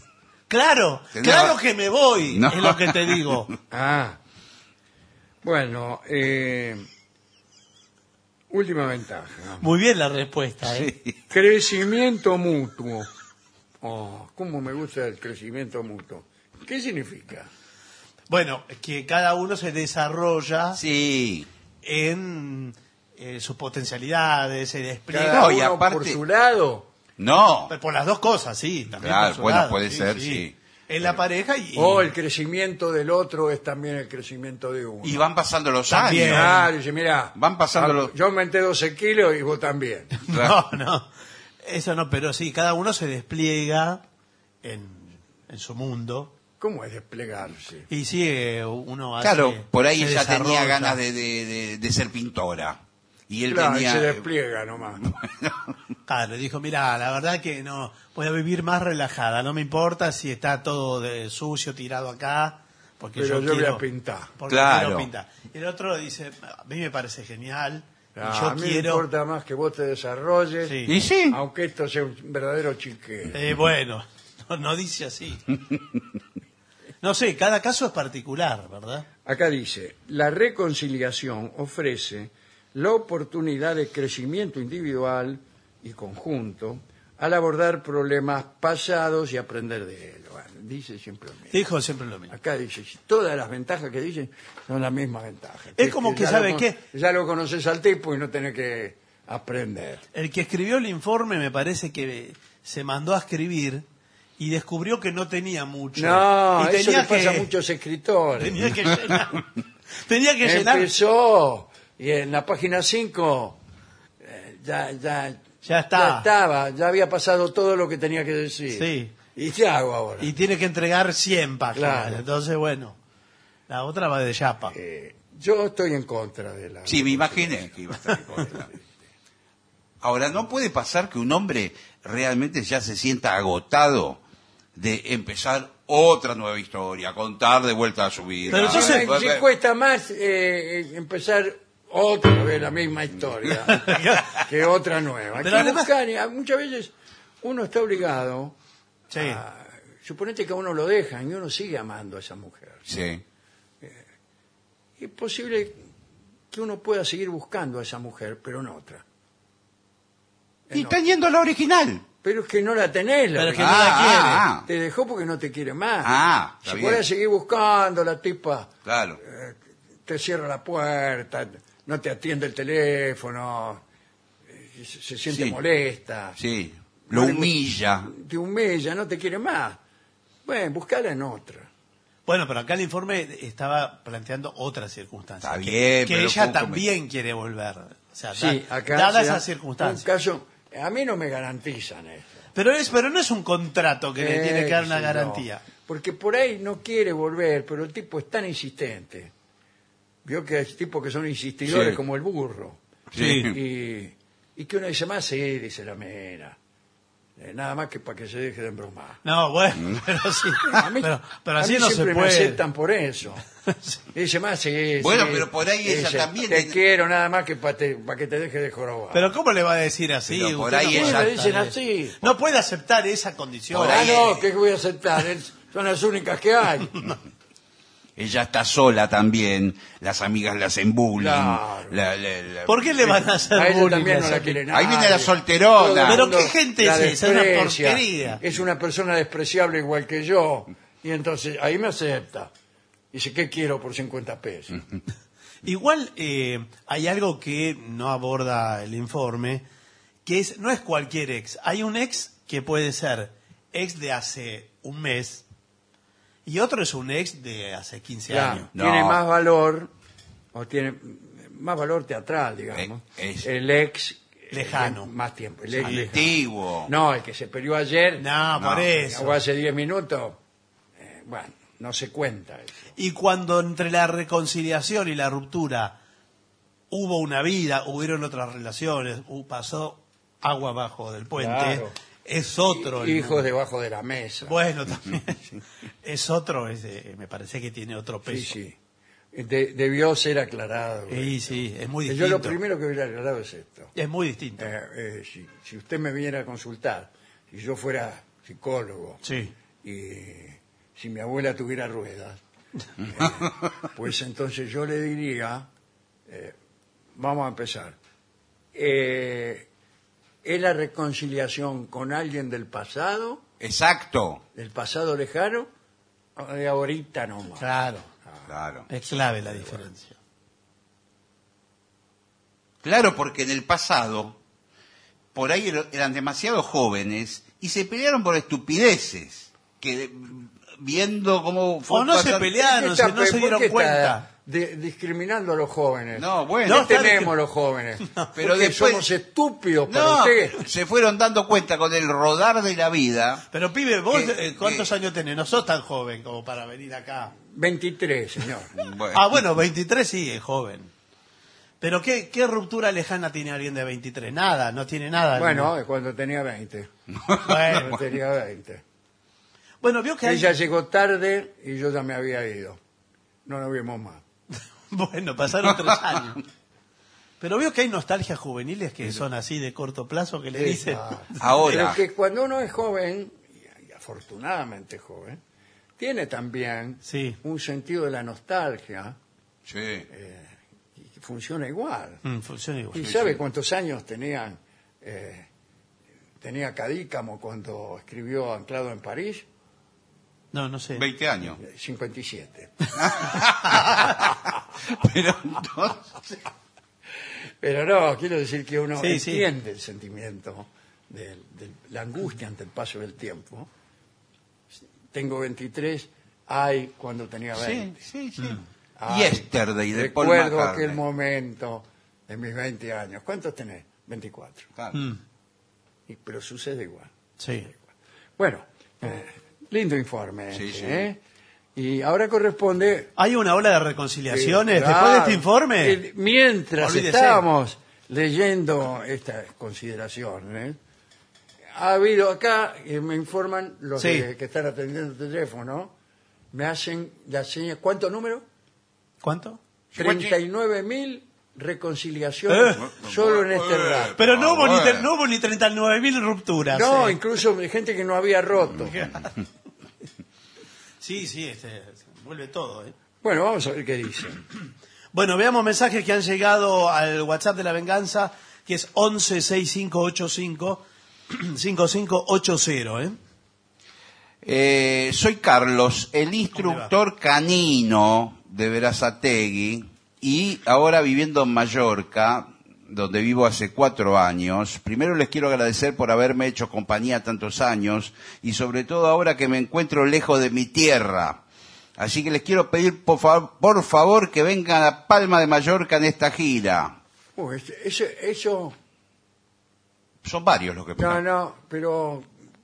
S3: Claro,
S2: Tenés
S3: claro
S2: ra-
S3: que me voy.
S2: No.
S3: Es lo que te digo.
S2: [laughs]
S1: Ah. Bueno, eh, última ventaja.
S3: Muy bien la respuesta, ¿eh?
S1: Crecimiento mutuo. Oh, cómo me gusta el crecimiento mutuo. ¿Qué significa?
S3: Bueno, que cada uno se desarrolla
S2: Sí.
S3: en eh, sus potencialidades, se despliega.
S1: Cada
S2: No, y
S1: uno por
S2: aparte-
S1: su lado
S2: No.
S3: Por las dos cosas, sí. También
S2: Claro,
S3: por su
S2: bueno,
S3: lado,
S2: puede ser, sí.
S3: En la pareja y...
S1: o el crecimiento del otro es también el crecimiento de uno.
S2: Y van pasando los
S3: También.
S2: años.
S1: Claro, dice, mira,
S2: Van pasando los-
S1: Yo aumenté 12 kilos y vos también.
S3: [laughs] No, no. Eso no, pero sí, cada uno se despliega en, en su mundo.
S1: ¿Cómo es desplegarse?
S3: Y sí, eh, uno hace...
S2: Claro, por ahí
S3: se
S2: ella tenía
S3: desarrolla.
S2: ganas de, de- de- de ser pintora. Y él
S1: Claro,
S2: tenía...
S1: se
S3: eh,
S1: despliega
S3: [laughs]
S1: nomás.
S3: Claro, dijo, mira, la verdad que no, voy a vivir más relajada, no me importa si está todo de sucio tirado acá, porque
S1: Pero
S3: yo,
S1: yo voy
S3: quiero
S1: a pintar.
S3: Porque
S2: Claro.
S3: quiero pintar. Y el otro dice, a mí me parece genial, y
S1: Ah,
S3: yo
S1: a mí me
S3: quiero...
S1: importa más que vos te desarrolles,
S3: Sí.
S2: Y sí.
S3: Ah,
S1: aunque esto sea un verdadero chique.
S3: Eh, bueno, [laughs] no, no dice así.
S2: [laughs]
S3: No sé, cada caso es particular, ¿verdad?
S1: Acá dice, la reconciliación ofrece la oportunidad de crecimiento individual y conjunto al abordar problemas pasados y aprender de ellos. Bueno, dice siempre lo mismo.
S3: Dijo siempre lo mismo.
S1: Acá dice, todas las ventajas que dicen son las mismas ventajas.
S3: Es como que,
S1: ya
S3: ¿sabe
S1: lo con-
S3: qué?
S1: Ya lo conoces al tipo y no tenés que aprender.
S3: El que escribió el informe me parece que se mandó a escribir y descubrió que no tenía mucho.
S1: No,
S3: y
S1: eso le pasa a
S3: que-
S1: muchos escritores.
S3: [laughs] Tenía que llenar. tenía que llenar.
S1: Empezó y en la página 5 ya, ya,
S3: Ya está.
S1: estaba, ya había pasado todo lo que tenía que decir.
S3: Sí.
S1: ¿Y qué hago ahora?
S3: Y tiene que entregar 100 páginas.
S1: Claro.
S3: Entonces, bueno, la otra va de chapa.
S1: Eh, yo estoy en contra de la...
S2: Sí, me imaginé que iba a estar en contra. Ahora, ¿no puede pasar que un hombre realmente ya se sienta agotado de empezar otra nueva historia, contar de vuelta a su vida?
S3: Pero
S1: Si
S3: yo sé-
S2: pues,
S1: me- si cuesta más eh, eh, empezar otra vez la misma
S3: [laughs]
S1: historia que otra nueva. Hay
S3: Pero
S1: que
S3: además-
S1: buscar, eh, muchas veces uno está obligado,
S3: Sí.
S1: a- suponete que a uno lo dejan y uno sigue amando a esa mujer.
S2: Sí.
S1: es posible que uno pueda seguir buscando a esa mujer, pero en otra.
S2: Y teniendo la original.
S1: Pero es que no la tenés, la
S3: Pero es que
S1: verdad.
S3: no la
S2: Ah,
S1: Te dejó porque no te quiere más.
S2: Ah, está
S1: si
S2: bien.
S1: puedes seguir buscando, la tipa
S2: ah, claro.
S1: te cierra la puerta, no te atiende el teléfono, eh, se, se siente
S2: Sí.
S1: molesta,
S2: Sí. Lo humilla.
S1: te humilla, no te quiere más. Bueno, buscala en otra.
S3: Bueno, pero acá el informe estaba planteando otras circunstancias.
S2: Está
S3: Que-
S2: bien,
S3: Que
S2: pero
S3: ella
S2: ¿cómo come?
S3: también quiere volver. O sea,
S1: Sí,
S3: da-
S1: acá
S3: dadas
S1: se da
S3: esas
S1: Un
S3: circunstancias.
S1: caso, a mí no me garantizan esto.
S3: Pero, es, pero no es un contrato que le
S1: Eh,
S3: tiene que dar una
S1: sí, no.
S3: garantía.
S1: Porque por ahí no quiere volver, pero el tipo es tan insistente. Vio que hay tipos que son insistidores
S2: Sí.
S1: como el burro.
S2: Sí.
S1: Y, y que uno dice más, sí, dice la mera. Eh, nada más que para que se deje de embromar.
S3: No,
S2: Mm.
S3: bueno, [laughs] pero sí.
S1: A mí-
S3: pero, pero
S1: a
S3: así
S1: mí
S3: no se
S1: siempre me
S3: puede. [laughs]
S1: aceptan por eso. Y Dice más, sí,
S2: Bueno,
S1: sí,
S2: pero por ahí
S1: dice,
S2: ella también
S1: Te
S2: tiene-
S1: quiero nada más que para que te deje de jorobar.
S3: Pero ¿cómo le va a decir así?
S2: Pero por
S3: Usted
S2: ahí
S3: no
S2: ella-
S3: puede
S1: Le dicen
S3: aceptar
S1: así.
S3: eso. No puede aceptar esa condición.
S2: Por
S1: ah,
S2: ahí
S1: no,
S2: es-
S1: que voy a aceptar. Es- Son las únicas que
S2: [laughs]
S1: hay.
S2: Ella está sola también. Las amigas las embulan.
S1: Claro.
S3: ¿Por qué le van a hacer
S1: A ella
S3: bullying
S1: también
S3: a
S1: no
S3: esa
S1: la quiere
S3: piba?
S1: nadie.
S2: Ahí viene la solterona.
S1: Todo el
S3: Pero
S1: mundo
S3: qué gente
S1: la
S3: es esa, es una
S1: desprecia.
S3: porquería.
S1: Es una persona despreciable igual que yo. Y entonces ahí me acepta. Dice, ¿qué quiero por 50 pesos?
S3: Igual eh, hay algo que no aborda el informe, que es no es cualquier ex. Hay un ex que puede ser ex de hace un mes y otro es un ex de hace 15
S1: Claro,
S3: años.
S2: No.
S1: Tiene más valor, o tiene más valor teatral, digamos.
S2: Eh, es- Ah,
S1: El ex... eh,
S3: Lejano.
S1: Más tiempo. El ex lejano.
S2: Antiguo.
S1: No, el que se peleó ayer.
S3: No, por
S2: No.
S3: eso.
S1: O hace 10 minutos. eh, bueno, no se cuenta eso.
S3: Y cuando entre la reconciliación y la ruptura hubo una vida, hubieron otras relaciones, hu- pasó agua abajo del puente,
S1: Claro.
S3: es otro. el
S1: Hijos debajo de la mesa. [laughs]
S3: Bueno, también. Es otro, es, eh, me parece que tiene otro
S1: Sí,
S3: peso.
S1: sí. De- debió ser aclarado.
S3: Sí, sí, es muy
S1: Yo
S3: distinto.
S1: lo primero que hubiera aclarado es esto.
S3: Es muy distinto.
S1: Eh, eh, si, si usted me viniera a consultar, si yo fuera psicólogo
S3: Sí.
S1: y si mi abuela tuviera ruedas, eh,
S3: [laughs]
S1: pues entonces yo le diría, eh, vamos a empezar. Eh, ¿Es la reconciliación con alguien del pasado,
S2: Exacto.
S1: del pasado lejano, o de ahorita nomás?
S3: Claro.
S1: Ah,
S2: Claro.
S3: Es clave la diferencia.
S2: Claro, porque en el pasado, por ahí ero- eran demasiado jóvenes y se pelearon por estupideces. Que eh, viendo cómo fue
S3: O no se
S2: pasando-
S3: pelearon. Ah, no se- no se
S1: ¿por
S3: dieron
S1: qué está
S3: cuenta?
S1: di- discriminando a los jóvenes.
S2: No, bueno.
S1: No
S3: No, está
S1: tenemos
S3: discri-
S1: los [laughs] jóvenes.
S2: Pero
S1: Pero
S2: después-
S1: somos estúpidos para
S2: No,
S1: ustedes.
S2: se fueron dando cuenta con el rodar de la vida.
S3: Pero pibe, vos,
S2: ¿Qué?
S3: eh, ¿cuántos
S2: ¿Qué?
S3: años tenés? No sos tan joven como para venir acá.
S1: 23, señor.
S2: Bueno,
S3: Ah, bueno, 23 sí, es joven. Pero ¿qué, qué ruptura lejana tiene alguien de 23? Nada, no tiene nada.
S1: bueno, es cuando tenía 20. Cuando
S3: Bueno,
S1: tenía 20.
S3: bueno, vio que hay...
S1: Ella llegó tarde y yo ya me había ido. No nos vimos más.
S3: Bueno, pasaron tres
S1: [laughs]
S3: años. Pero veo que hay nostalgias juveniles que son así de corto plazo que le dicen.
S1: Ah. Pero
S2: Ahora.
S1: que cuando uno es joven, y afortunadamente joven, tiene también
S3: Sí.
S1: un sentido de la nostalgia
S2: sí.
S1: y que funciona igual.
S3: Pues Mm, funciona igual.
S1: ¿Y sabe cuántos años tenían eh, tenía Cadícamo cuando escribió Anclado en París?
S3: No, no sé.
S2: 20 años. [laughs]
S1: 57.
S2: Pero entonces...
S1: Pero no, quiero decir que uno
S3: Sí, sí.
S1: entiende el sentimiento de, de la angustia ante el paso del tiempo. Tengo 23, ay, cuando tenía 20.
S2: sí, sí.
S3: Mm.
S1: Ay,
S2: Yesterday de Paul
S1: Recuerdo
S2: McCartney.
S1: aquel momento de mis 20 años. ¿Cuántos tenés? 24.
S2: Claro.
S3: Mm,
S1: Y- pero sucede igual.
S3: sí.
S1: Bueno, eh, lindo informe.
S2: Sí,
S1: este,
S2: sí.
S1: ¿eh? Y ahora corresponde...
S3: Hay una ola de
S1: eh,
S3: reconciliaciones después de
S1: claro,
S3: este informe.
S1: eh, mientras
S3: Olvídese.
S1: estábamos leyendo estas consideraciones, ha habido acá, eh, me informan los
S3: Sí.
S1: de- que están atendiendo el teléfono, me hacen la seña... ¿Cuánto número?
S3: ¿Cuánto?
S1: 39.000 reconciliaciones
S2: Eh.
S1: solo en este
S2: Eh.
S1: rato.
S3: Pero no
S2: Ah,
S3: hubo, ni,
S2: bueno.
S3: tre- no hubo ni 39.000 rupturas.
S1: No,
S3: eh.
S1: incluso gente que no había roto.
S3: Mm. [laughs] Sí, sí, este, vuelve todo. ¿eh?
S1: Bueno, vamos a ver qué dicen.
S3: Bueno, veamos mensajes que han llegado al WhatsApp de la venganza, que es [clears throat] 116585-5580. ¿eh?
S2: Eh, soy Carlos, el instructor canino de Verazategui y ahora viviendo en Mallorca, donde vivo hace cuatro años. Primero les quiero agradecer por haberme hecho compañía tantos años y sobre todo ahora que me encuentro lejos de mi tierra. Así que les quiero pedir por, fa- por favor que vengan a Palma de Mallorca en esta gira.
S1: Uh, es- eso, eso-
S2: Son varios los que
S1: no,
S2: pegan.
S1: no, pero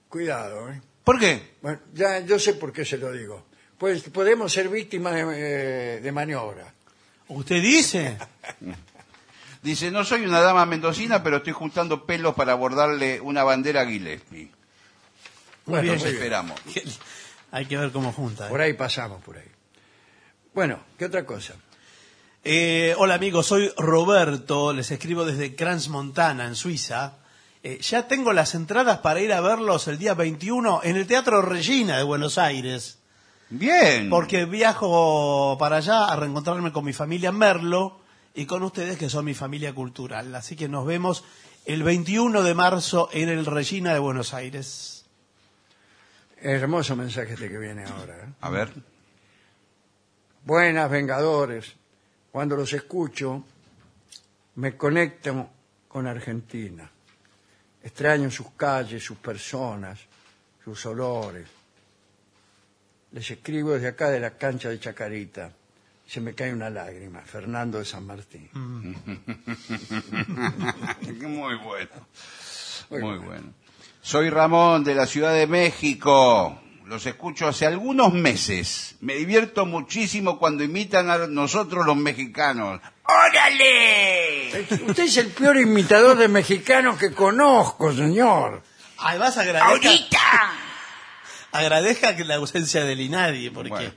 S1: cuidado. ¿eh?
S2: ¿Por qué?
S1: Bueno, ya yo sé por qué se lo digo. Pues podemos ser víctimas de, eh, de maniobra. [laughs]
S3: ¿Usted dice?
S2: Dice, no soy una dama mendocina, pero estoy juntando pelos para abordarle una bandera a Gillespie.
S1: Bueno,
S2: Nos
S1: muy bien.
S2: esperamos.
S3: Hay que ver cómo junta. ¿eh?
S1: por ahí pasamos, por ahí. Bueno, ¿qué otra cosa?
S3: Eh, hola amigos, soy Roberto, les escribo desde Crans Montana, en Suiza. Eh, ya tengo las entradas para ir a verlos el día 21 en el Teatro Regina de Buenos Aires,
S2: Bien.
S3: porque viajo para allá a reencontrarme con mi familia en Merlo y con ustedes que son mi familia cultural. Así que nos vemos el 21 de marzo en el Regina de Buenos Aires.
S1: Hermoso mensaje este que viene ahora. ¿eh?
S2: A ver. [laughs]
S1: Buenas, Vengadores. Cuando los escucho, me conecto con Argentina. Extraño sus calles, sus personas, sus olores. Les escribo desde acá de la cancha de Chacarita. Se me cae una lágrima. Fernando de San Martín.
S2: Muy bueno.
S1: Muy
S2: Muy,
S1: bueno.
S2: bueno. Soy Ramón de la Ciudad de México. Los escucho hace algunos meses. Me divierto muchísimo cuando imitan a nosotros los mexicanos. ¡Órale!
S1: Usted es el peor imitador de mexicanos que conozco, señor.
S3: Además agradezca,
S2: ¡Ahorita!
S3: agradezca que la ausencia del INADI, porque
S2: Bueno.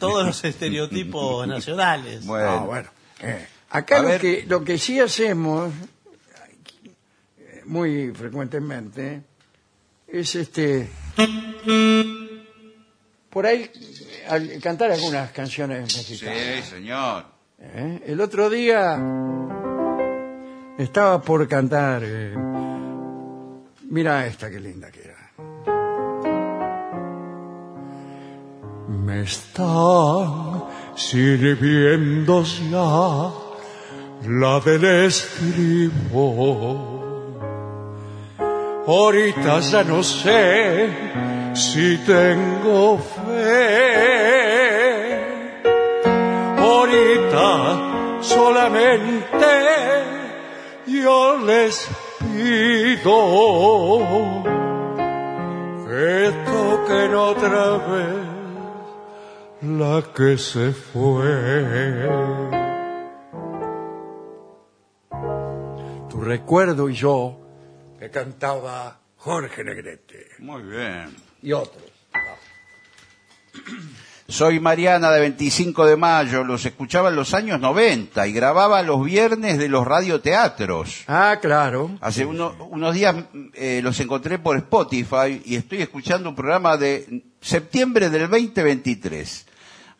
S3: todos
S2: [laughs]
S3: los estereotipos nacionales.
S2: Bueno.
S1: No, bueno. Eh, acá
S2: A
S1: lo
S2: ver.
S1: que, lo que sí hacemos eh, muy frecuentemente es este por ahí eh, al- cantar algunas canciones mexicanas.
S2: Sí, señor.
S1: ¿eh? El otro día estaba por cantar. eh, mira esta qué linda que era. Me está sirviendo ya la del escribo. Ahorita ya no sé si tengo fe. Ahorita solamente yo les pido que toquen otra vez la que se fue. Tu recuerdo y yo que cantaba Jorge Negrete
S2: Muy bien.
S1: y otros.
S2: Soy Mariana de 25 de mayo, los escuchaba en los años 90 y grababa los viernes de los radioteatros.
S1: Ah, claro.
S2: Hace uno- unos días eh, los encontré por Spotify y estoy escuchando un programa de septiembre del 2023.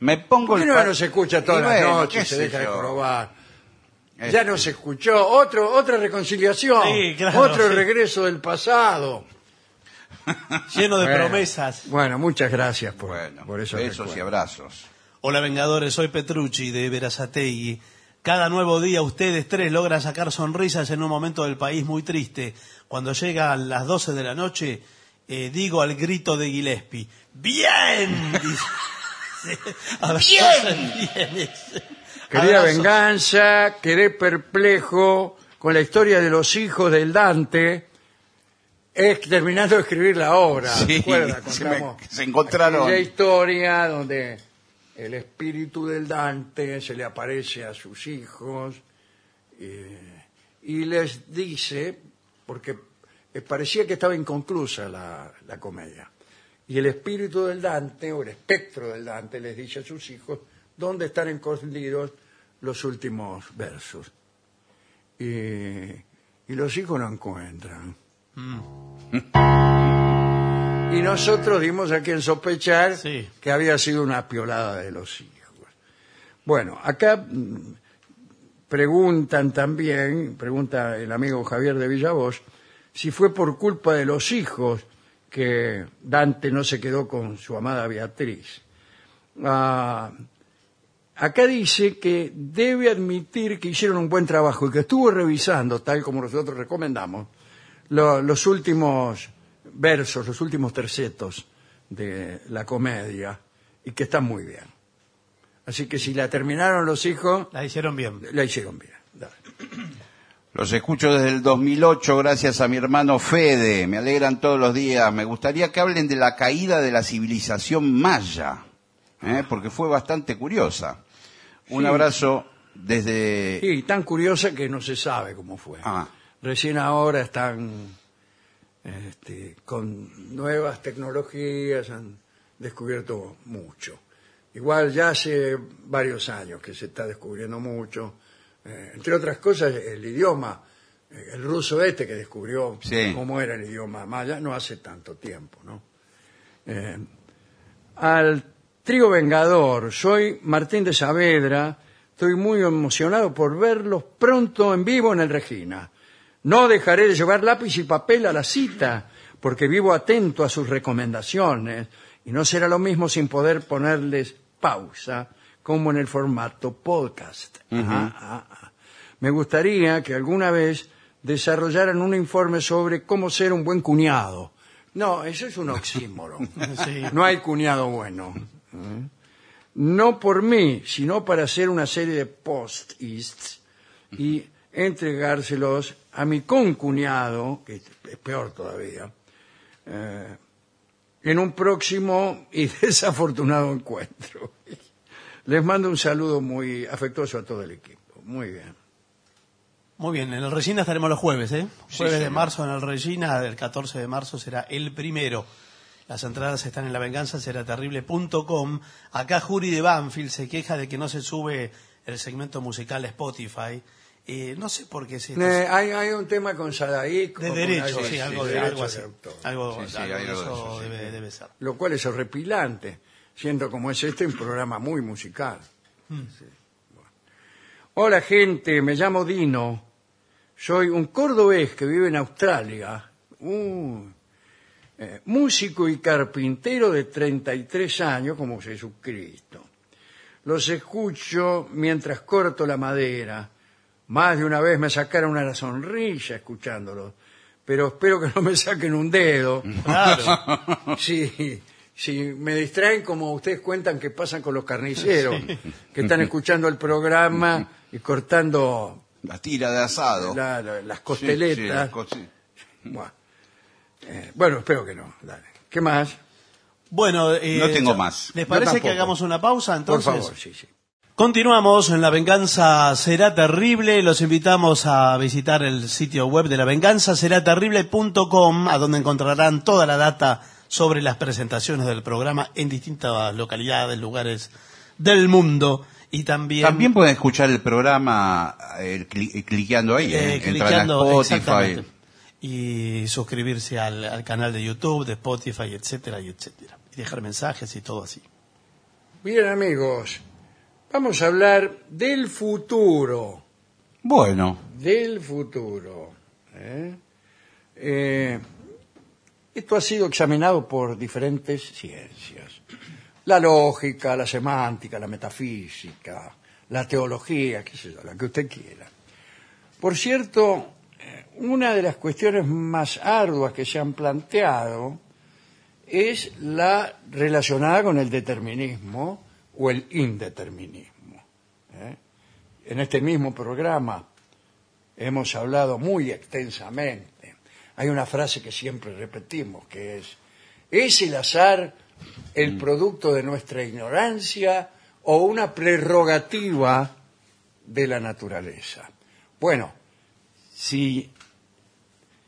S2: Me pongo
S1: ¿Por qué
S2: el
S1: no
S2: pa-
S1: nos escucha
S2: Y
S1: todas las
S2: bueno,
S1: noches?
S2: qué
S1: Se
S2: sé
S1: deja de
S2: yo.
S1: probar. Ya nos escuchó. Otro, otra reconciliación.
S3: Este. Sí, claro,
S1: otro
S3: sí.
S1: regreso del pasado.
S3: lleno de
S1: Bueno.
S3: promesas.
S1: Bueno, muchas gracias por,
S2: Bueno,
S1: por esos
S2: besos y
S1: recuerdos.
S2: abrazos.
S3: Hola Vengadores, soy Petrucci de Verazategui. Cada nuevo día ustedes tres logran sacar sonrisas en un momento del país muy triste. Cuando llegan las 12 de la noche, eh, digo al grito de Gillespie, ¡Bien! Dice. Abrazos, [laughs] bien, dice.
S1: Querida
S3: Abrazos.
S1: venganza, quedé perplejo con la historia de los hijos del Dante. Es terminando de escribir la obra.
S2: Sí,
S1: Recuerda,
S2: [laughs] se me-
S1: contamos
S2: se encontraron.
S1: aquella historia donde el espíritu del Dante se le aparece a sus hijos eh, y les dice, porque eh, parecía que estaba inconclusa la, la comedia, y el espíritu del Dante o el espectro del Dante les dice a sus hijos dónde están escondidos los últimos versos. Y, y los hijos no encuentran. Y nosotros dimos a quien sospechar
S3: Sí.
S1: que había sido una piolada de los hijos. Bueno, acá mm, preguntan también, pregunta el amigo Javier de Villavoz, si fue por culpa de los hijos que Dante no se quedó con su amada Beatriz. Ah, acá dice que debe admitir que hicieron un buen trabajo y que estuvo revisando, tal como nosotros recomendamos, lo- los últimos versos, los últimos tercetos de la comedia y que están muy bien. Así que si la terminaron los hijos,
S3: La hicieron bien.
S1: la hicieron bien. Dale.
S2: Los escucho desde el 2008 gracias a mi hermano Fede. Me alegran todos los días. Me gustaría que hablen de la caída de la civilización maya, ¿eh? porque fue bastante curiosa. Un abrazo desde...
S1: Sí, tan curiosa que no se sabe cómo fue.
S2: Ah. [laughs]
S1: Recién ahora están este, con nuevas tecnologías, han descubierto mucho. Igual ya hace varios años que se está descubriendo mucho. Eh, entre otras cosas, el idioma, eh, el ruso este que descubrió
S2: Sí.
S1: cómo era el idioma maya, no hace tanto tiempo, ¿no? Eh, al trío vengador. Soy Martín de Saavedra. Estoy muy emocionado por verlos pronto en vivo en el Regina. No dejaré de llevar lápiz y papel a la cita, porque vivo atento a sus recomendaciones y no será lo mismo sin poder ponerles pausa, como en el formato podcast. Ah, ah, ah. Me gustaría que alguna vez desarrollaran un informe sobre cómo ser un buen cuñado. No, eso es un oxímoron.
S3: Sí.
S1: No hay cuñado bueno. No por mí, sino para hacer una serie de post-ists y entregárselos a mi concuñado, que es peor todavía, eh, en un próximo y [laughs] desafortunado encuentro. Les mando un saludo muy afectuoso a todo el equipo. Muy bien.
S3: Muy bien, en el Regina estaremos los jueves, ¿eh?
S2: Sí,
S3: Jueves de
S2: señor.
S3: marzo en el Regina, el 14 de marzo será el primero. Las entradas están en lavenganzaseraterrible.com. Acá Juri de Banfield se queja de que no se sube el segmento musical a Spotify. Eh, no sé por qué se...
S1: Eh, hay, hay un tema con Sadaik. o
S3: de
S1: con
S3: derecho,
S1: algo
S3: sí,
S1: así,
S3: algo,
S1: de
S3: de, algo
S1: derechos
S3: así.
S1: de autor.
S3: Algo,
S2: Sí, sí,
S3: algo
S2: hay
S3: de
S2: algo de
S3: eso
S2: eso, sí.
S3: debe, debe ser.
S1: lo cual es horripilante, siendo como es este un programa muy musical. Sí. Bueno. Hola gente, me llamo Dino, soy un cordobés que vive en Australia, Un, eh, músico y carpintero de 33 años como Jesucristo. Los escucho mientras corto la madera. Más de una vez me sacaron una sonrisa escuchándolos, pero espero que no me saquen un dedo.
S3: Claro.
S1: Sí, sí, me distraen como ustedes cuentan que pasan con los carniceros, que están escuchando el programa y cortando
S2: La tira de asado.
S1: la- la- las
S2: Sí, sí,
S1: costeletas.
S2: las co- sí.
S1: Buah. Eh, bueno, espero que no. Dale. ¿Qué más?
S3: Bueno, eh,
S2: No tengo más.
S3: ¿Les
S1: Yo
S3: parece que
S1: tampoco.
S3: hagamos una pausa entonces?
S1: Por favor, sí, sí.
S3: Continuamos en La Venganza Será Terrible. Los invitamos a visitar el sitio web de lavenganzaseraterrible.com, a donde encontrarán toda la data sobre las presentaciones del programa en distintas localidades, lugares del mundo. Y también,
S2: También pueden escuchar el programa eh, cli- cliqueando ahí,
S3: eh,
S2: eh. entran a
S3: cliqueando,
S2: Spotify.
S3: exactamente. y suscribirse al, al canal de YouTube, de Spotify, etcétera, y etcétera. Y dejar mensajes y todo así.
S1: Bien amigos, vamos a hablar del futuro.
S2: Bueno,
S1: del futuro. ¿eh? Eh, esto ha sido examinado por diferentes ciencias. La lógica, la semántica, la metafísica, la teología, qué sé yo, la que usted quiera. Por cierto, eh, una de las cuestiones más arduas que se han planteado es la relacionada con el determinismo o el indeterminismo. ¿eh? En este mismo programa hemos hablado muy extensamente. Hay una frase que siempre repetimos, que es, ¿es el azar el producto de nuestra ignorancia o una prerrogativa de la naturaleza? Bueno, si,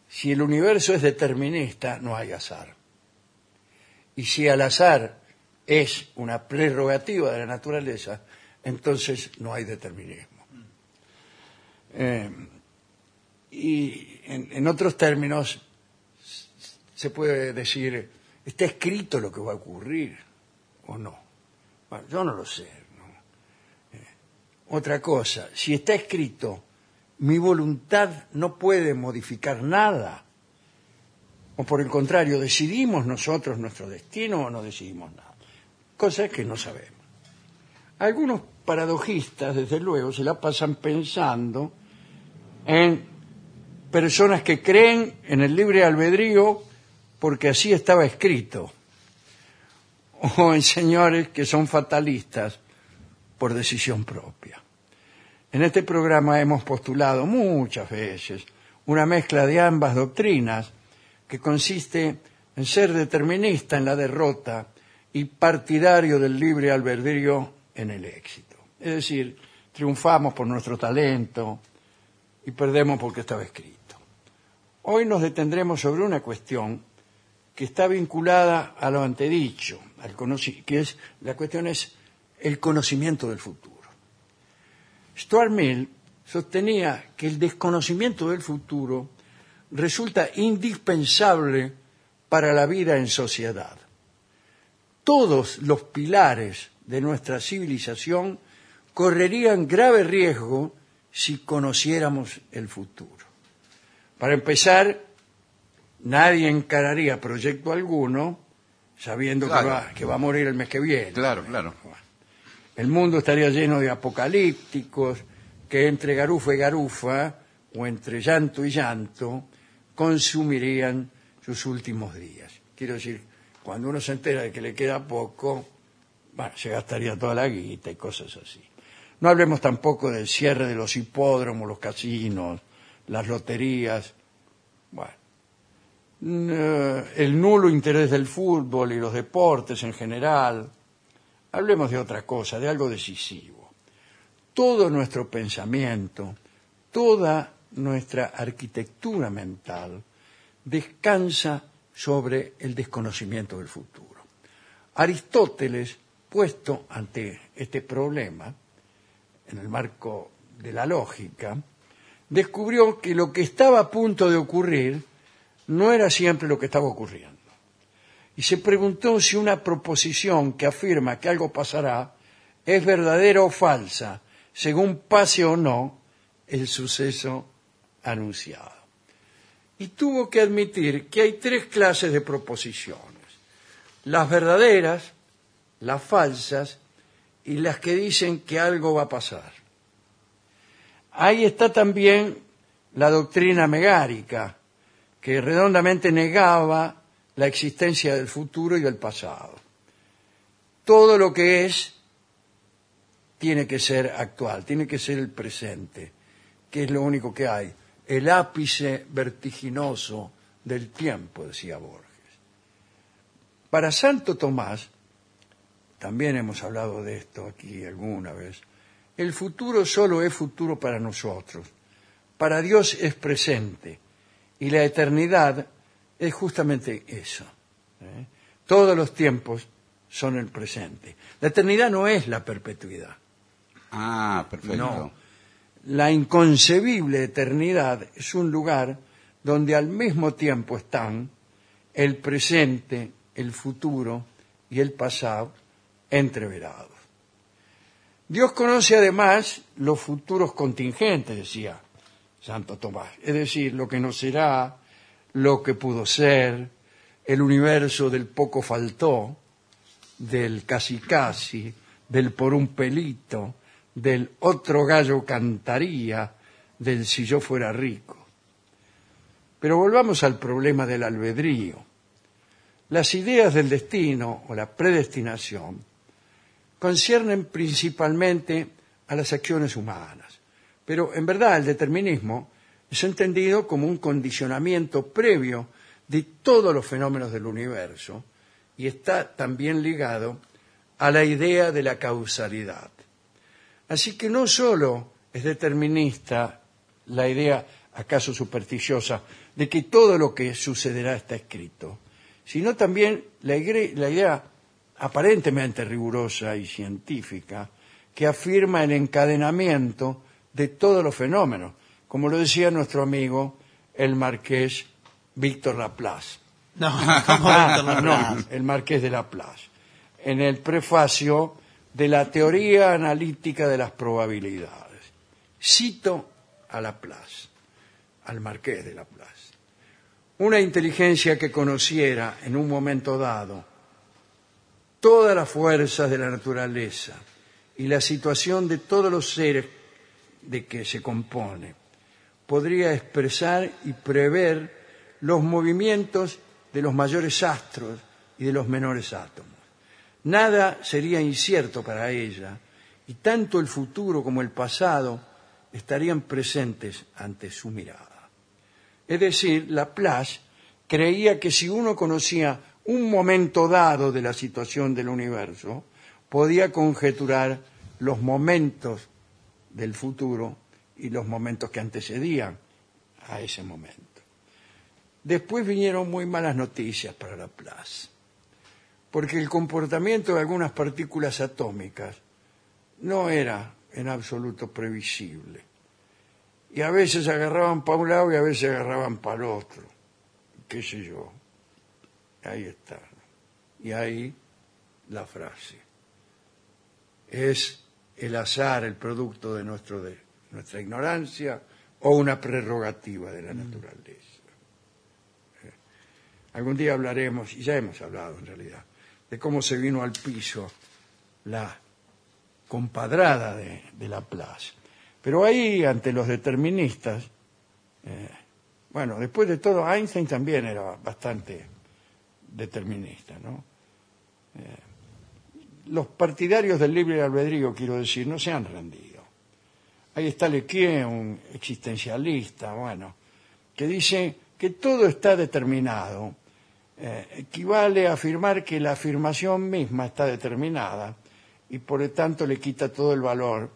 S1: si el universo es determinista, no hay azar. Y si al azar es una prerrogativa de la naturaleza, entonces no hay determinismo. Eh, y en, en otros términos s- se puede decir, está escrito lo que va a ocurrir o no. Bueno, yo no lo sé. ¿no? Eh, otra cosa, si está escrito, mi voluntad no puede modificar nada. O por el contrario, decidimos nosotros nuestro destino o no decidimos nada. Cosas que no sabemos. Algunos paradojistas, desde luego, se la pasan pensando en personas que creen en el libre albedrío porque así estaba escrito. O en señores que son fatalistas por decisión propia. En este programa hemos postulado muchas veces una mezcla de ambas doctrinas que consiste en ser determinista en la derrota y partidario del libre albedrío en el éxito. Es decir, triunfamos por nuestro talento y perdemos porque estaba escrito. Hoy nos detendremos sobre una cuestión que está vinculada a lo antedicho, al conoci- que es la cuestión es el conocimiento del futuro. Stuart Mill sostenía que el desconocimiento del futuro resulta indispensable para la vida en sociedad. Todos los pilares de nuestra civilización correrían grave riesgo si conociéramos el futuro. Para empezar, nadie encararía proyecto alguno sabiendo que
S2: Claro.
S1: va- que va a morir el mes que viene.
S2: claro, claro.
S1: El mundo estaría lleno de apocalípticos que entre garufa y garufa, o entre llanto y llanto, consumirían sus últimos días. Quiero decir, cuando uno se entera de que le queda poco, bueno, se gastaría toda la guita y cosas así. No hablemos tampoco del cierre de los hipódromos, los casinos, las loterías. Bueno, n- eh, el nulo interés del fútbol y los deportes en general. Hablemos de otra cosa, de algo decisivo. Todo nuestro pensamiento, toda nuestra arquitectura mental descansa sobre el desconocimiento del futuro. Aristóteles, puesto ante este problema, en el marco de la lógica, descubrió que lo que estaba a punto de ocurrir no era siempre lo que estaba ocurriendo y se preguntó si una proposición que afirma que algo pasará es verdadera o falsa, según pase o no el suceso anunciado. Y tuvo que admitir que hay tres clases de proposiciones, las verdaderas, las falsas y las que dicen que algo va a pasar. Ahí está también la doctrina megárica, que redondamente negaba la existencia del futuro y del pasado. Todo lo que es tiene que ser actual, tiene que ser el presente, que es lo único que hay. El ápice vertiginoso del tiempo, decía Borges. Para Santo Tomás, también hemos hablado de esto aquí alguna vez, el futuro solo es futuro para nosotros. Para Dios es presente y la eternidad es justamente eso. ¿eh? Todos los tiempos son el presente. La eternidad no es la perpetuidad.
S2: Ah, perfecto.
S1: No. La inconcebible eternidad es un lugar donde al mismo tiempo están el presente, el futuro y el pasado entreverados. Dios conoce además los futuros contingentes, decía Santo Tomás. Es decir, lo que no será, lo que pudo ser, el universo del poco faltó, del casi casi, del por un pelito, del otro gallo cantaría, del si yo fuera rico. Pero volvamos al problema del albedrío. Las ideas del destino o la predestinación conciernen principalmente a las acciones humanas. Pero en verdad el determinismo es entendido como un condicionamiento previo de todos los fenómenos del universo y está también ligado a la idea de la causalidad. Así que no solo es determinista la idea, acaso supersticiosa, de que todo lo que sucederá está escrito, sino también la, igre- la idea aparentemente rigurosa y científica que afirma el encadenamiento de todos los fenómenos, como lo decía nuestro amigo el marqués Víctor Laplace.
S3: No, [laughs]
S1: [laughs]
S3: ¿cómo va a ser la
S1: Ah, no,
S3: frase?
S1: el marqués de Laplace, en el prefacio de la teoría analítica de las probabilidades. Cito a Laplace, al marqués de Laplace. Una inteligencia que conociera en un momento dado todas las fuerzas de la naturaleza y la situación de todos los seres de que se compone, podría expresar y prever los movimientos de los mayores astros y de los menores átomos. Nada sería incierto para ella, y tanto el futuro como el pasado estarían presentes ante su mirada. Es decir, Laplace creía que si uno conocía un momento dado de la situación del universo, podía conjeturar los momentos del futuro y los momentos que antecedían a ese momento. Después vinieron muy malas noticias para Laplace, porque el comportamiento de algunas partículas atómicas no era en absoluto previsible. Y a veces agarraban para un lado y a veces agarraban para el otro. ¿Qué sé yo? Ahí está. Y ahí la frase. ¿Es el azar el producto de, nuestro de nuestra ignorancia o una prerrogativa de la naturaleza? Eh, Algún día hablaremos, y ya hemos hablado en realidad, de cómo se vino al piso la compadrada de, de Laplace. Pero ahí, ante los deterministas, eh, bueno, después de todo, Einstein también era bastante determinista, ¿no? Eh, los partidarios del libre albedrío, quiero decir, no se han rendido. Ahí está Lequier, un existencialista, bueno, que dice que todo está determinado. eh, equivale a afirmar que la afirmación misma está determinada y por lo tanto le quita todo el valor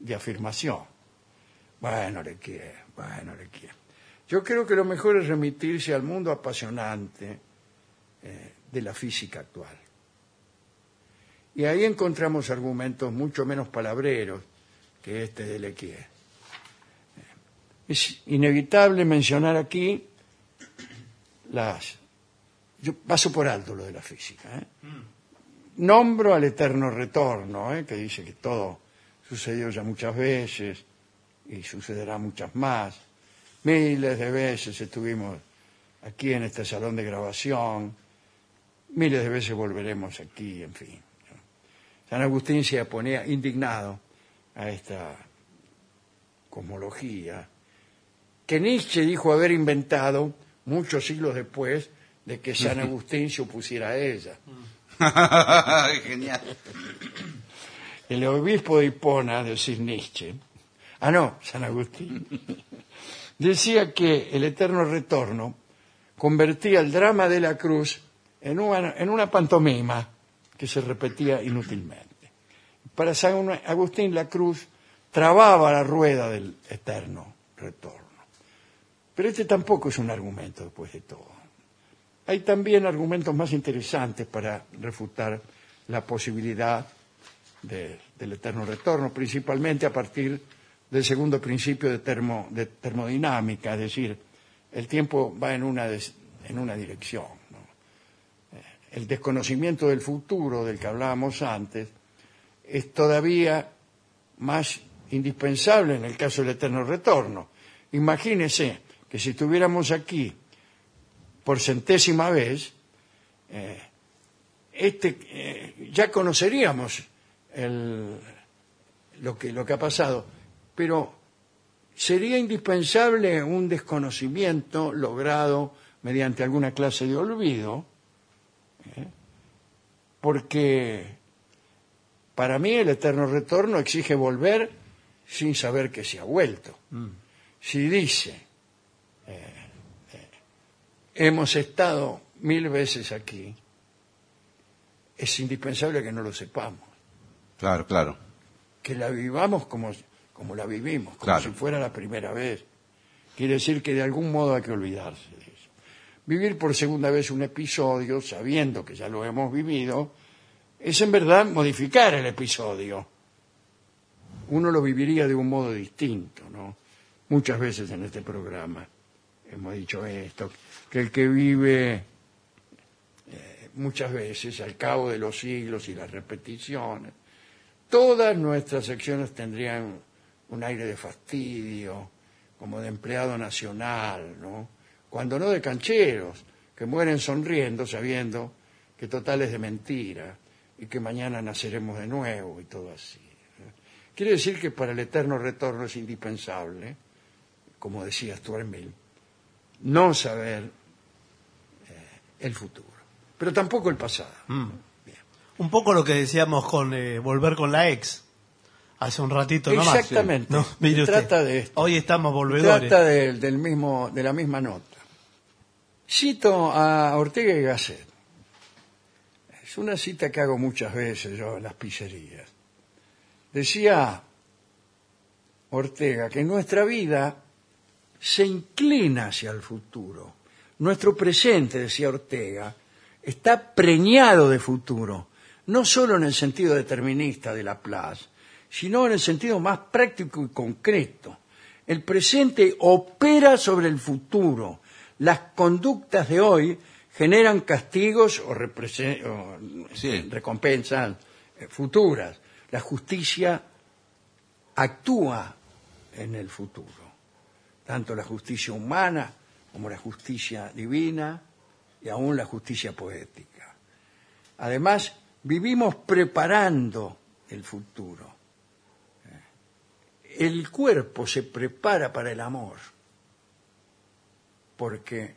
S1: de afirmación. Bueno, Lequier, bueno, Lequier. Yo creo que lo mejor es remitirse al mundo apasionante eh, de la física actual. Y ahí encontramos argumentos mucho menos palabreros que este de Lequier. Es inevitable mencionar aquí las... Yo paso por alto lo de la física. ¿eh? Nombro al eterno retorno, ¿eh? que dice que todo sucedió ya muchas veces y sucederá muchas más. Miles de veces estuvimos aquí en este salón de grabación, miles de veces volveremos aquí, en fin. San Agustín se ponía indignado a esta cosmología que Nietzsche dijo haber inventado muchos siglos después de que San Agustín se opusiera a ella.
S2: [laughs] Genial.
S1: El obispo de Hipona, es decir Nietzsche, ah no, San Agustín, decía que el eterno retorno convertía el drama de la cruz en una, en una pantomima que se repetía inútilmente. Para San Agustín la cruz trababa la rueda del eterno retorno. Pero este tampoco es un argumento después de todo. Hay también argumentos más interesantes para refutar la posibilidad de- del eterno retorno, principalmente a partir del segundo principio de, termo- de termodinámica, es decir, el tiempo va en una, des- en una dirección. ¿no? Eh, El desconocimiento del futuro del que hablábamos antes es todavía más indispensable en el caso del eterno retorno. Imagínese que si estuviéramos aquí por centésima vez, eh, este, eh, ya conoceríamos el- lo, que, lo que ha pasado, pero sería indispensable un desconocimiento logrado mediante alguna clase de olvido, ¿eh? porque para mí el eterno retorno exige volver sin saber que se ha vuelto. Si dice, eh, eh, hemos estado mil veces aquí, es indispensable que no lo sepamos,
S2: Claro, claro.
S1: que la vivamos como, como la vivimos, como
S2: Claro.
S1: si fuera la primera vez. Quiere decir que de algún modo hay que olvidarse de eso. Vivir por segunda vez un episodio, sabiendo que ya lo hemos vivido, es en verdad modificar el episodio. Uno lo viviría de un modo distinto, ¿no? Muchas veces en este programa hemos dicho esto, que el que vive eh, muchas veces al cabo de los siglos y las repeticiones, todas nuestras secciones tendrían un aire de fastidio, como de empleado nacional, ¿no? Cuando no de cancheros, que mueren sonriendo sabiendo que total es de mentira y que mañana naceremos de nuevo y todo así. ¿no? Quiere decir que para el eterno retorno es indispensable, como decía Stuart Mill, no saber eh, el futuro, pero tampoco el pasado.
S3: Mm. Un poco lo que decíamos con eh, volver con la ex hace un ratito nomás.
S1: Exactamente.
S3: No, mire
S1: Se
S3: usted,
S1: trata de esto.
S3: Hoy estamos volvedores.
S1: Trata del, del mismo, de la misma nota. Cito a Ortega y Gasset. Es una cita que hago muchas veces yo en las pizzerías. Decía Ortega que nuestra vida se inclina hacia el futuro. Nuestro presente, decía Ortega, está preñado de futuro, no solo en el sentido determinista de Laplace, sino en el sentido más práctico y concreto. El presente opera sobre el futuro. Las conductas de hoy generan castigos o, represe- o
S2: Sí.
S1: recompensas eh, futuras. La justicia actúa en el futuro tanto la justicia humana como la justicia divina y aún la justicia poética. Además, vivimos preparando el futuro. Eh, El cuerpo se prepara para el amor, porque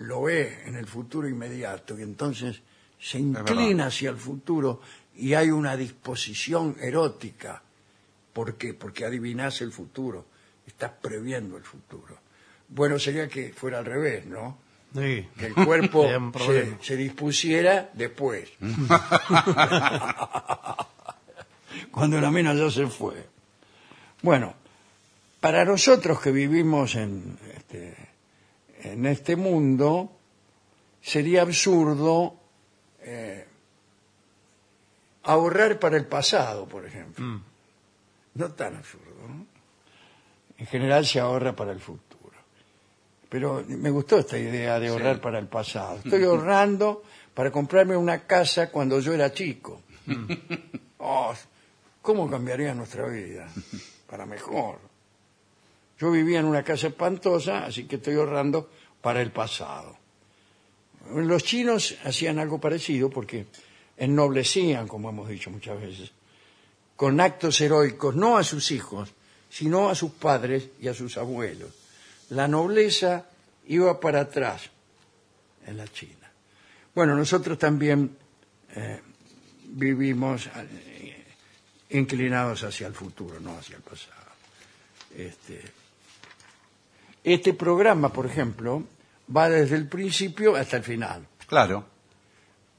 S1: lo ve en el futuro inmediato y entonces se
S2: verdad.
S1: inclina hacia el futuro y hay una disposición erótica. ¿Por qué? Porque adivinas el futuro, estás previendo el futuro. Bueno, sería que fuera al revés, ¿no?
S3: Sí.
S1: Que el [laughs] cuerpo
S3: Sería un
S1: se,
S3: problema.
S1: se dispusiera después. [laughs] Cuando la mina ya se fue. Bueno, para nosotros que vivimos en este, en este mundo, sería absurdo eh, ahorrar para el pasado, por ejemplo. No tan absurdo. ¿no? En general se ahorra para el futuro. Pero me gustó esta idea de ahorrar para el pasado. Estoy ahorrando para comprarme una casa cuando yo era chico. Oh, ¿Cómo cambiaría nuestra vida? Para mejor. Yo vivía en una casa espantosa, así que estoy ahorrando para el pasado. Los chinos hacían algo parecido porque ennoblecían, como hemos dicho muchas veces, con actos heroicos, no a sus hijos, sino a sus padres y a sus abuelos. La nobleza iba para atrás en la China. Bueno, nosotros también eh, vivimos eh, inclinados hacia el futuro, no hacia el pasado. Este, este programa, por ejemplo, va desde el principio hasta el final.
S2: Claro.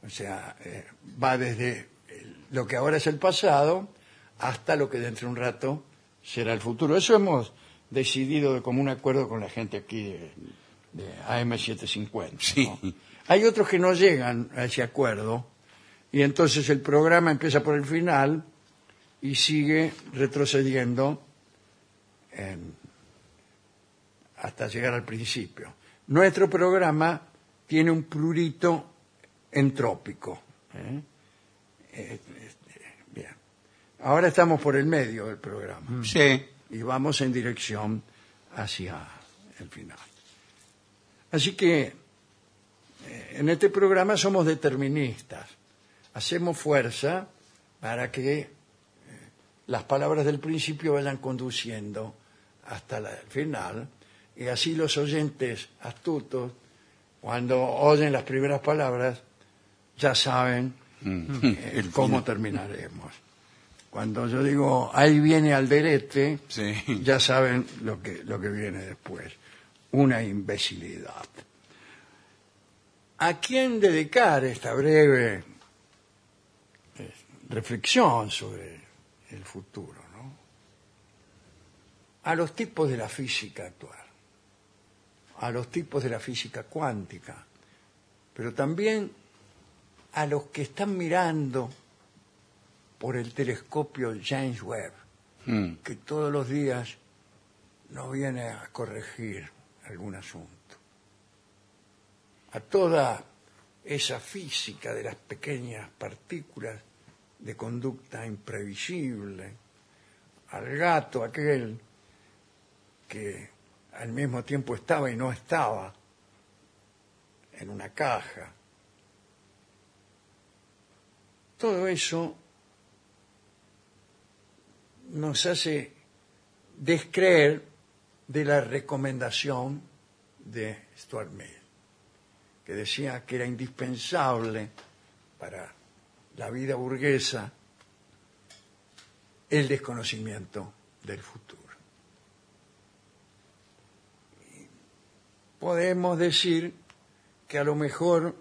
S1: O sea, eh, va desde el- lo que ahora es el pasado hasta lo que dentro de un rato será el futuro. Eso hemos decidido de común acuerdo con la gente aquí de, de AM750. ¿no?
S2: Sí.
S1: Hay otros que no llegan a ese acuerdo y entonces el programa empieza por el final y sigue retrocediendo en- hasta llegar al principio. Nuestro programa tiene un prurito entrópico. ¿eh? Eh, este, eh, bien. Ahora estamos por el medio del
S3: Mm.
S1: programa
S2: Sí.
S1: y vamos en dirección hacia el final. Así que eh, en este programa somos deterministas. Hacemos fuerza para que eh, las palabras del principio vayan conduciendo hasta la- el final y así los oyentes astutos, cuando oyen las primeras palabras, ya saben
S3: Mm.
S2: Hmm,
S1: eh, cómo terminaremos. Cuando yo digo, ahí viene Alderete,
S2: Sí.
S1: ya saben lo que, lo que viene después. Una imbecilidad. ¿A quién dedicar esta breve eh, reflexión sobre el futuro? ¿no? A los tipos de la física actual, a los tipos de la física cuántica, pero también a los que están mirando por el telescopio James Webb,
S2: Mm.
S1: que todos los días nos viene a corregir algún asunto. A toda esa física de las pequeñas partículas de conducta imprevisible, al gato aquel que al mismo tiempo estaba y no estaba en una caja. Todo eso nos hace descreer de la recomendación de Stuart Mill, que decía que era indispensable para la vida burguesa el desconocimiento del futuro. Y Podemos decir que a lo mejor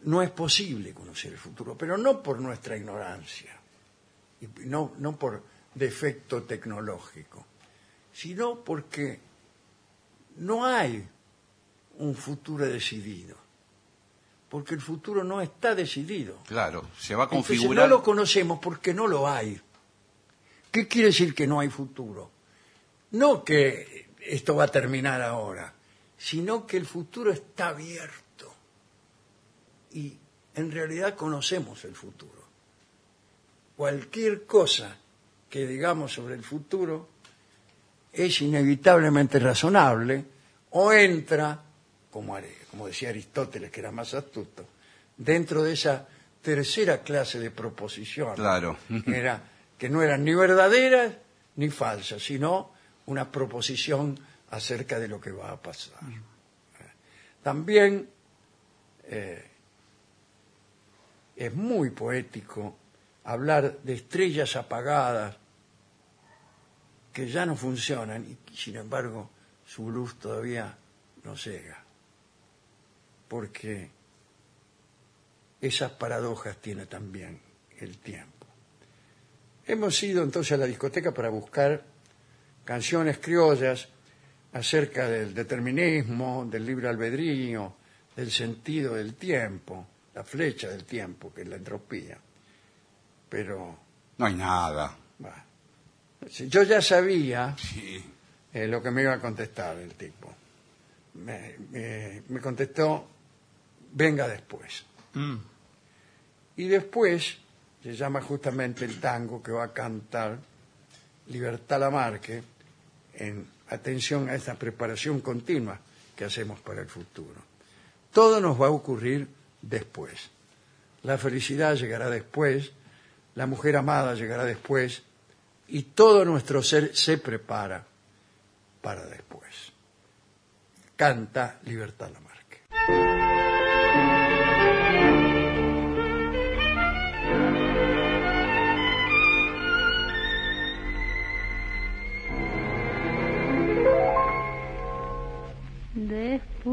S1: no es posible conocer el futuro, pero no por nuestra ignorancia, y no, no por defecto tecnológico, sino porque no hay un futuro decidido, porque el futuro no está decidido.
S2: Claro, se va a
S1: Entonces,
S2: configurar.
S1: no lo conocemos porque no lo hay. ¿Qué quiere decir que no hay futuro? No que esto va a terminar ahora, sino que el futuro está abierto. Y en realidad conocemos el futuro. Cualquier cosa que digamos sobre el futuro es inevitablemente razonable o entra, como, Are- como decía Aristóteles, que era más astuto, dentro de esa tercera clase de proposiciones.
S2: Claro.
S1: Que, era- que no eran ni verdaderas ni falsas, sino una proposición acerca de lo que va a pasar. También eh, es muy poético hablar de estrellas apagadas que ya no funcionan y sin embargo su luz todavía no llega. Porque esas paradojas tiene también el tiempo. Hemos ido entonces a la discoteca para buscar canciones criollas acerca del determinismo, del libre albedrío, del sentido del tiempo, la flecha del tiempo, que es la entropía. Pero,
S2: No hay nada.
S1: bueno, si yo ya sabía
S2: Sí.
S1: eh, lo que me iba a contestar el tipo. Me, me- me contestó, venga después.
S3: Mm.
S1: Y después se llama justamente el tango que va a cantar Libertad Lamarque en atención a esta preparación continua que hacemos para el futuro. Todo nos va a ocurrir después. La felicidad llegará después, la mujer amada llegará después y todo nuestro ser se prepara para después. Canta Libertad Lamarque.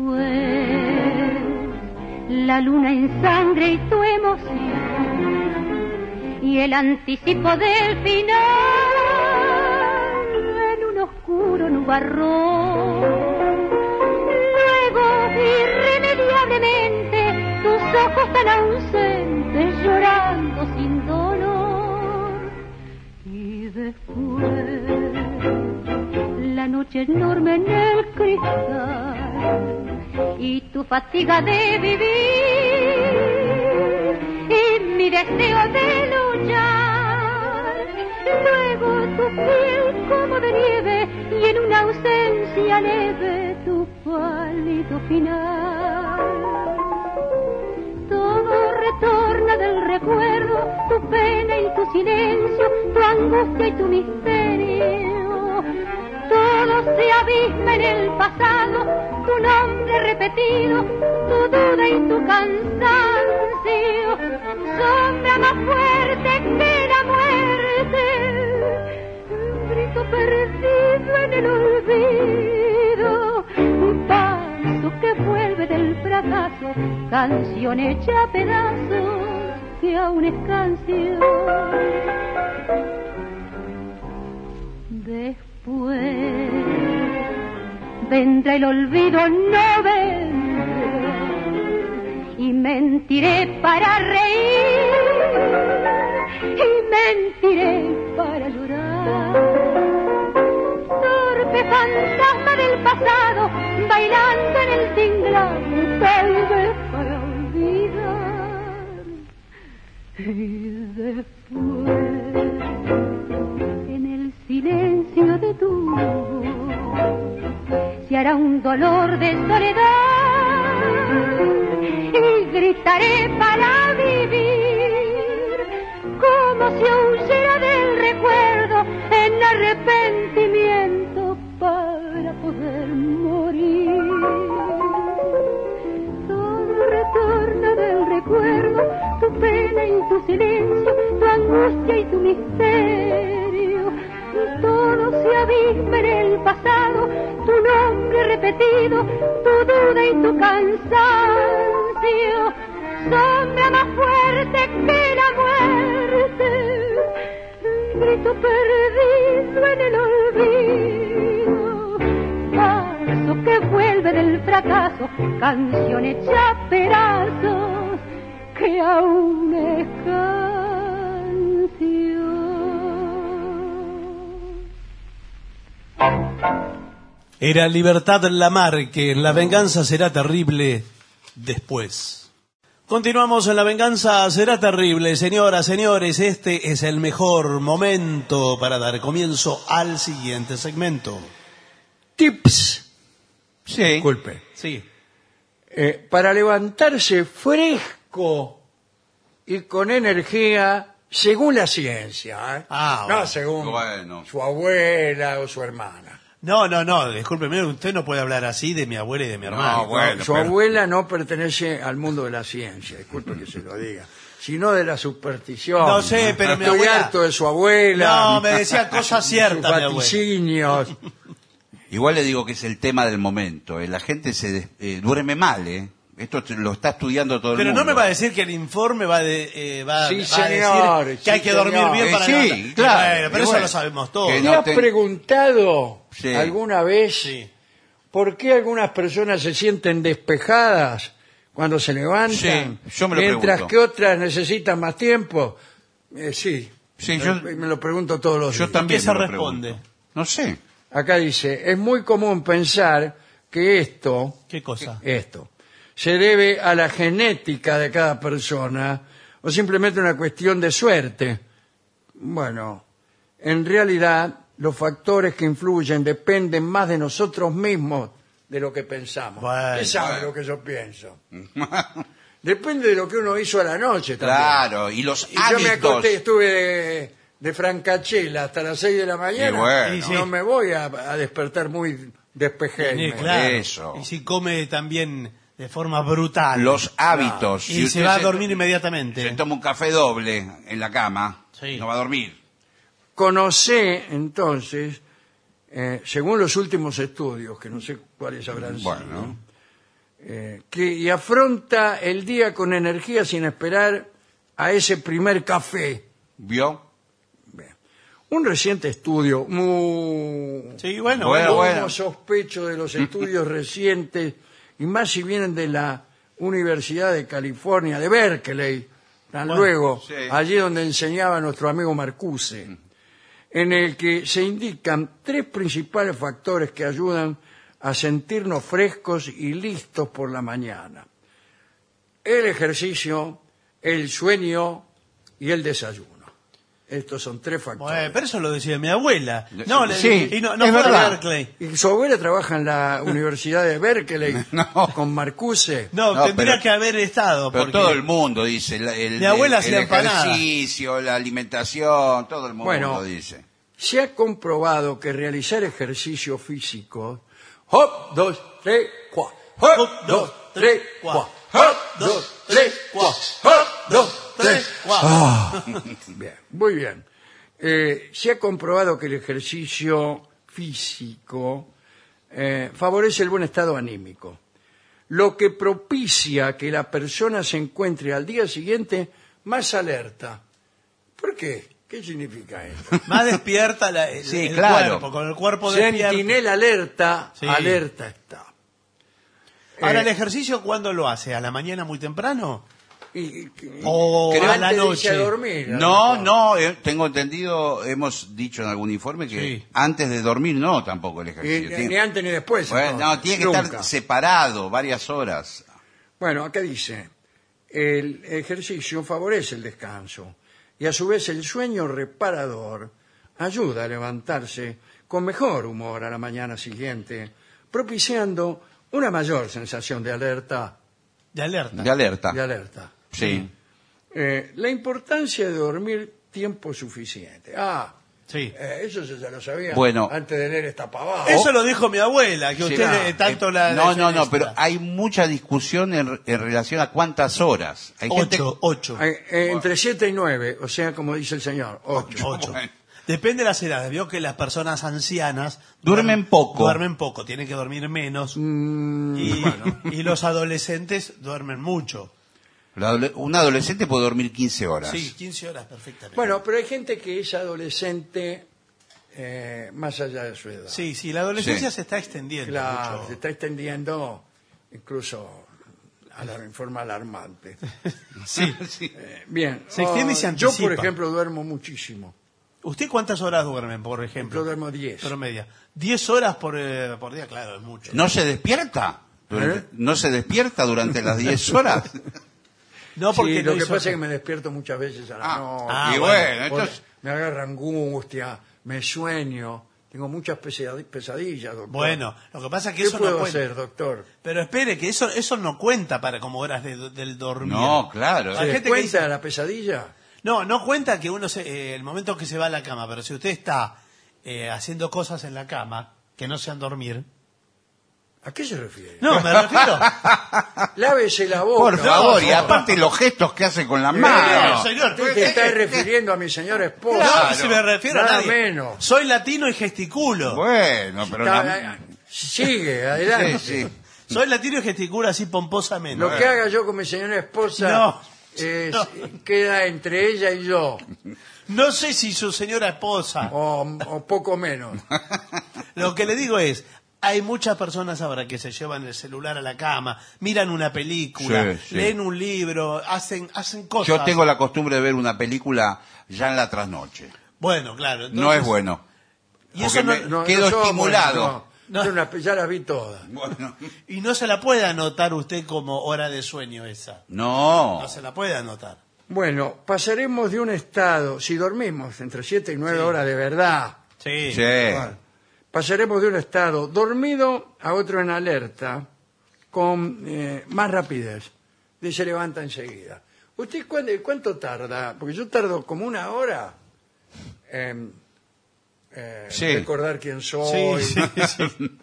S4: Después, la luna en sangre y tu emoción, y el anticipo del final en un oscuro nubarrón. Luego, irremediablemente, tus ojos tan ausentes llorando sin dolor. Y después la noche enorme en el cristal y tu fatiga de vivir y mi deseo de luchar. Luego tu piel como de nieve y en una ausencia leve tu pálido final. Todo retorna del recuerdo, tu pena y tu silencio, tu angustia y tu misterio. Todo se abisma en el pasado, tu nombre repetido, tu duda y tu cansancio. Sombra más fuerte que la muerte, un grito perdido en el olvido. Un paso que vuelve del fracaso, canción hecha a pedazos que aún es canción. Después vendrá el olvido, no vendrá. Y mentiré para reír, y mentiré para llorar. Torpe fantasma del pasado, bailando en el tinglado, tal vez para olvidar. Y después en el silencio de tu voz se hará un dolor de soledad y gritaré para vivir como si huyera del recuerdo en arrepentimiento para poder morir todo retorna del recuerdo, tu pena y tu silencio, tu angustia y tu misterio. Todo se abisma en el pasado, tu nombre repetido, tu duda y tu cansancio. Sombra más fuerte que la muerte, un grito perdido en el olvido paso que vuelve del fracaso, canción hecha a pedazos que aún es canción.
S3: Era Libertad Lamarque. La venganza será terrible después. Continuamos en La venganza será terrible. Señoras, señores, este es el mejor momento para dar comienzo al siguiente segmento.
S1: Tips,
S3: Sí.
S1: disculpe,
S3: Sí.
S1: eh, para levantarse fresco y con energía según la ciencia. ¿eh?
S3: Ah,
S1: no
S3: bueno.
S1: según
S2: Bueno.
S1: su abuela o su hermana.
S3: No, no, no, discúlpeme, usted no puede hablar así de mi abuela y de mi hermano.
S2: No, bueno,
S1: su
S2: pero-
S1: abuela no pertenece al mundo de la ciencia, disculpe que se lo diga, sino de la superstición. Ah,
S3: No sé, pero mi
S1: Estoy
S3: abuela-
S1: harto de su abuela.
S3: No, me decía
S2: [laughs]
S3: cosas ciertas, mi
S1: sus
S3: abuela.
S1: vaticinios.
S2: Igual le digo que es el tema del momento. eh, La gente se des- eh, duerme mal, ¿eh? Esto te- lo está estudiando todo
S3: Pero
S2: el
S3: no
S2: mundo.
S3: me va a decir que el informe va, de, eh, va,
S1: Sí,
S3: va a
S1: señor,
S3: decir que
S1: sí,
S3: hay que dormir
S1: señor.
S3: bien
S2: Eh,
S3: para
S2: sí,
S3: levantar-
S2: claro,
S3: Bueno, pero
S2: y
S3: eso
S2: bueno.
S3: lo sabemos todos.
S2: Que
S1: ¿Te
S2: no
S1: has
S2: ten-
S1: preguntado
S2: Sí.
S1: alguna vez
S3: Sí.
S1: por qué algunas personas se sienten despejadas cuando se levantan,
S2: Sí, yo me lo
S1: mientras
S2: pregunto.
S1: que otras necesitan más tiempo? Eh, sí,
S2: Sí,
S1: Eh,
S2: yo-
S1: me lo pregunto todos los
S2: Yo
S1: días.
S2: también.
S3: ¿Qué se
S2: me lo
S3: responde?
S2: pregunto.
S1: [laughs]
S2: No sé.
S1: Acá dice, es muy común pensar que esto,
S3: ¿Qué cosa?
S1: esto, se debe a la genética de cada persona o simplemente una cuestión de suerte. Bueno, en realidad los factores que influyen dependen más de nosotros mismos de lo que pensamos.
S3: Bueno.
S1: ¿Qué sabe
S2: Bueno.
S1: lo que yo pienso? Depende de lo que uno hizo a la noche también.
S2: Claro, y los
S1: Y yo me
S2: hábitos.
S1: acosté, estuve de, de francachela hasta las 6 de la mañana.
S2: Y bueno.
S3: Y sí.
S1: No me voy a, a despertar muy despejado.
S3: Sí, claro.
S2: eso.
S3: Y si come también de forma brutal.
S2: los hábitos.
S3: Ah, Y
S2: Si
S3: se
S2: usted
S3: va a dormir inmediatamente.
S2: Se toma un café doble en la cama.
S3: Sí.
S2: No va a dormir.
S1: Conocé entonces, eh, según los últimos estudios, que no sé cuáles habrán sido,
S2: Bueno.
S1: eh, que y afronta el día con energía sin esperar a ese primer café.
S2: ¿Vio?
S1: Un reciente estudio, muy,
S3: Sí,
S2: Bueno,
S3: bueno, bueno.
S2: bueno.
S1: Como sospecho de los estudios recientes, y más si vienen de la Universidad de California, de Berkeley, tan
S3: Bueno,
S1: luego,
S2: sí.
S1: allí donde enseñaba nuestro amigo Marcuse, en el que se indican tres principales factores que ayudan a sentirnos frescos y listos por la mañana. El ejercicio, el sueño y el desayuno. Estos son tres factores.
S3: Bueno, pero eso lo decía mi abuela. No, le-
S1: Sí,
S3: y no, no
S1: es
S3: fue a
S1: verdad.
S3: Berkeley.
S1: Y su abuela trabaja en la Universidad de [laughs] Berkeley
S2: No.
S1: con Marcuse.
S3: No,
S2: No,
S3: tendría
S2: pero-
S3: que haber estado.
S2: Pero
S3: porque
S2: todo el mundo dice, la- el,
S3: Mi abuela
S2: el-
S3: hacía
S2: el
S3: empanada.
S2: ejercicio, la alimentación, todo el mundo
S1: Bueno.
S2: dice.
S1: Se ha comprobado que realizar ejercicio físico. Hop, dos, tres, cua. Hop, dos, tres, cua. Hop, dos, tres, cua. Hop, dos, tres.
S3: Tres, cuatro.
S2: Ah.
S1: Bien, muy bien. Eh, se ha comprobado que el ejercicio físico eh, favorece el buen estado anímico, lo que propicia que la persona se encuentre al día siguiente más alerta. ¿Por qué? ¿Qué significa
S3: [laughs]
S1: esto?
S3: Más despierta la, el,
S2: Sí,
S3: el
S2: claro.
S3: cuerpo, con el cuerpo despierto.
S1: Sentinela alerta,
S3: Sí.
S1: alerta está.
S3: Ahora,
S1: Eh,
S3: ¿el ejercicio cuándo lo hace? ¿A la mañana muy temprano?
S1: Y- y-
S3: O
S1: creo
S3: a la
S1: antes de irse
S3: noche.
S1: a dormir, a lo
S2: No,
S1: mejor.
S2: no, eh, tengo entendido, hemos dicho en algún informe que
S3: Sí.
S2: antes de dormir no tampoco el
S1: Y-
S2: ejercicio.
S1: ni,
S2: Tiene-
S1: eh, ni antes ni después.
S2: Bueno, no,
S1: entonces,
S2: tiene que
S1: nunca.
S2: estar separado varias horas.
S1: Bueno, acá dice, el ejercicio favorece el descanso y a su vez el sueño reparador ayuda a levantarse con mejor humor a la mañana siguiente, propiciando una mayor sensación de alerta.
S3: De alerta.
S2: De alerta.
S1: De alerta.
S2: Sí.
S1: Eh, la importancia de dormir tiempo suficiente. Ah,
S3: Sí.
S1: eh, eso yo ya lo sabía
S2: Bueno.
S1: antes de leer esta pavada.
S3: Eso lo dijo mi abuela, que
S2: Sí,
S3: usted
S1: ah,
S3: eh, tanto la...
S2: No, no, no,
S3: defenesta.
S2: pero hay mucha discusión en, en relación a cuántas horas. Hay gente-
S3: Ocho, ocho.
S1: Eh, eh, entre 7 y 9, o sea, como dice el señor, 8.
S3: Ocho.
S2: Bueno.
S3: Depende de las edades. Vio que las personas ancianas
S2: Duermen
S3: duer-
S2: poco. Mm.
S3: Duermen poco, tienen que dormir menos.
S1: Mm,
S3: y, y los adolescentes duermen mucho.
S2: La adole- un adolescente puede dormir 15 horas.
S3: Sí, 15 horas perfectamente.
S1: Bueno, pero hay gente que es adolescente eh, más allá de su edad.
S3: sí, sí, la adolescencia
S2: Sí.
S3: se está extendiendo
S1: Claro,
S3: mucho.
S1: se está extendiendo incluso a la, en forma
S3: [laughs]
S1: alarmante.
S3: Sí.
S1: Eh, bien.
S3: Se extiende y
S1: Ah,
S3: se
S1: Yo, por
S3: anticipa.
S1: ejemplo, duermo muchísimo.
S3: ¿Usted cuántas horas duermen, por
S1: Yo
S3: ejemplo?
S1: duermo 10.
S3: Promedia. 10 horas por, eh, por día, claro, es mucho.
S2: ¿No se despierta? durante-
S1: ¿Eh?
S2: ¿No se despierta durante las 10 horas?
S3: [laughs] No, porque
S1: Sí, lo
S3: no
S1: que
S3: hizo-
S1: pasa es que me despierto muchas veces a la
S2: Ah,
S1: noche.
S3: ah,
S2: y
S3: bueno,
S2: bueno,
S1: Por-
S2: entonces...
S1: Me agarra angustia, me sueño, tengo muchas pesadi- pesadillas, doctor.
S3: Bueno, lo que pasa es que
S1: ¿qué
S3: eso
S1: puedo
S3: no cuenta.
S1: hacer, doctor?
S3: Pero espere, que eso, eso no cuenta para como horas de- del dormir.
S2: No, claro.
S3: Hay
S1: ¿Se
S3: gente que
S1: cuenta
S3: dice-
S1: la pesadilla?
S3: No, no cuenta que uno, se- eh, el momento que se va a la cama, pero si usted está eh, haciendo cosas en la cama que no sean dormir.
S1: ¿A qué se refiere?
S3: No,
S1: [laughs]
S3: me refiero.
S1: Lávese la boca.
S2: Por favor, y
S3: no.
S2: aparte los gestos que hace con la
S1: Eh,
S2: mano.
S3: señor,
S1: usted te
S3: eh,
S1: está refiriendo a mi señora esposa.
S3: No, si me refiero
S1: Nada
S3: a nadie.
S1: menos.
S3: Soy latino y gesticulo.
S2: Bueno, pero
S1: Está- eh,
S2: la...
S1: Sigue,
S2: Sí,
S1: adelante.
S3: eh,
S2: sí.
S3: Soy latino y gesticulo así pomposamente.
S1: Lo que haga yo con mi señora esposa
S3: No.
S1: es-
S3: No.
S1: queda entre ella y yo,
S3: No sé si su señora esposa.
S1: o, o poco
S2: [laughs]
S1: menos.
S3: [laughs] Lo que le digo es, hay muchas personas ahora que se llevan el celular a la cama, miran una película,
S2: Sí, sí.
S3: leen un libro, hacen, hacen cosas.
S2: Yo tengo la costumbre de ver una película ya en la trasnoche.
S3: Bueno, claro. entonces-
S2: No es bueno.
S3: Y, eso
S2: porque
S3: no,
S2: me- Quedo
S1: somos,
S2: estimulado.
S1: no. Yo una- ya la vi toda.
S2: Bueno.
S3: y no se la puede anotar usted como hora de sueño esa.
S2: No.
S3: No se la puede anotar.
S1: Bueno, pasaremos de un estado, si dormimos entre 7 y 9 horas de verdad,
S3: Sí. [laughs]
S2: Sí.
S1: Bueno, pasaremos de un estado dormido a otro en alerta con eh, más rapidez. Y se levanta enseguida. ¿Usted cuán- eh, cuánto, tarda? Porque yo tardo como una hora en eh,
S2: Sí.
S1: recordar quién
S3: Sí,
S1: soy, eh,
S3: sí,
S1: [laughs]
S3: sí.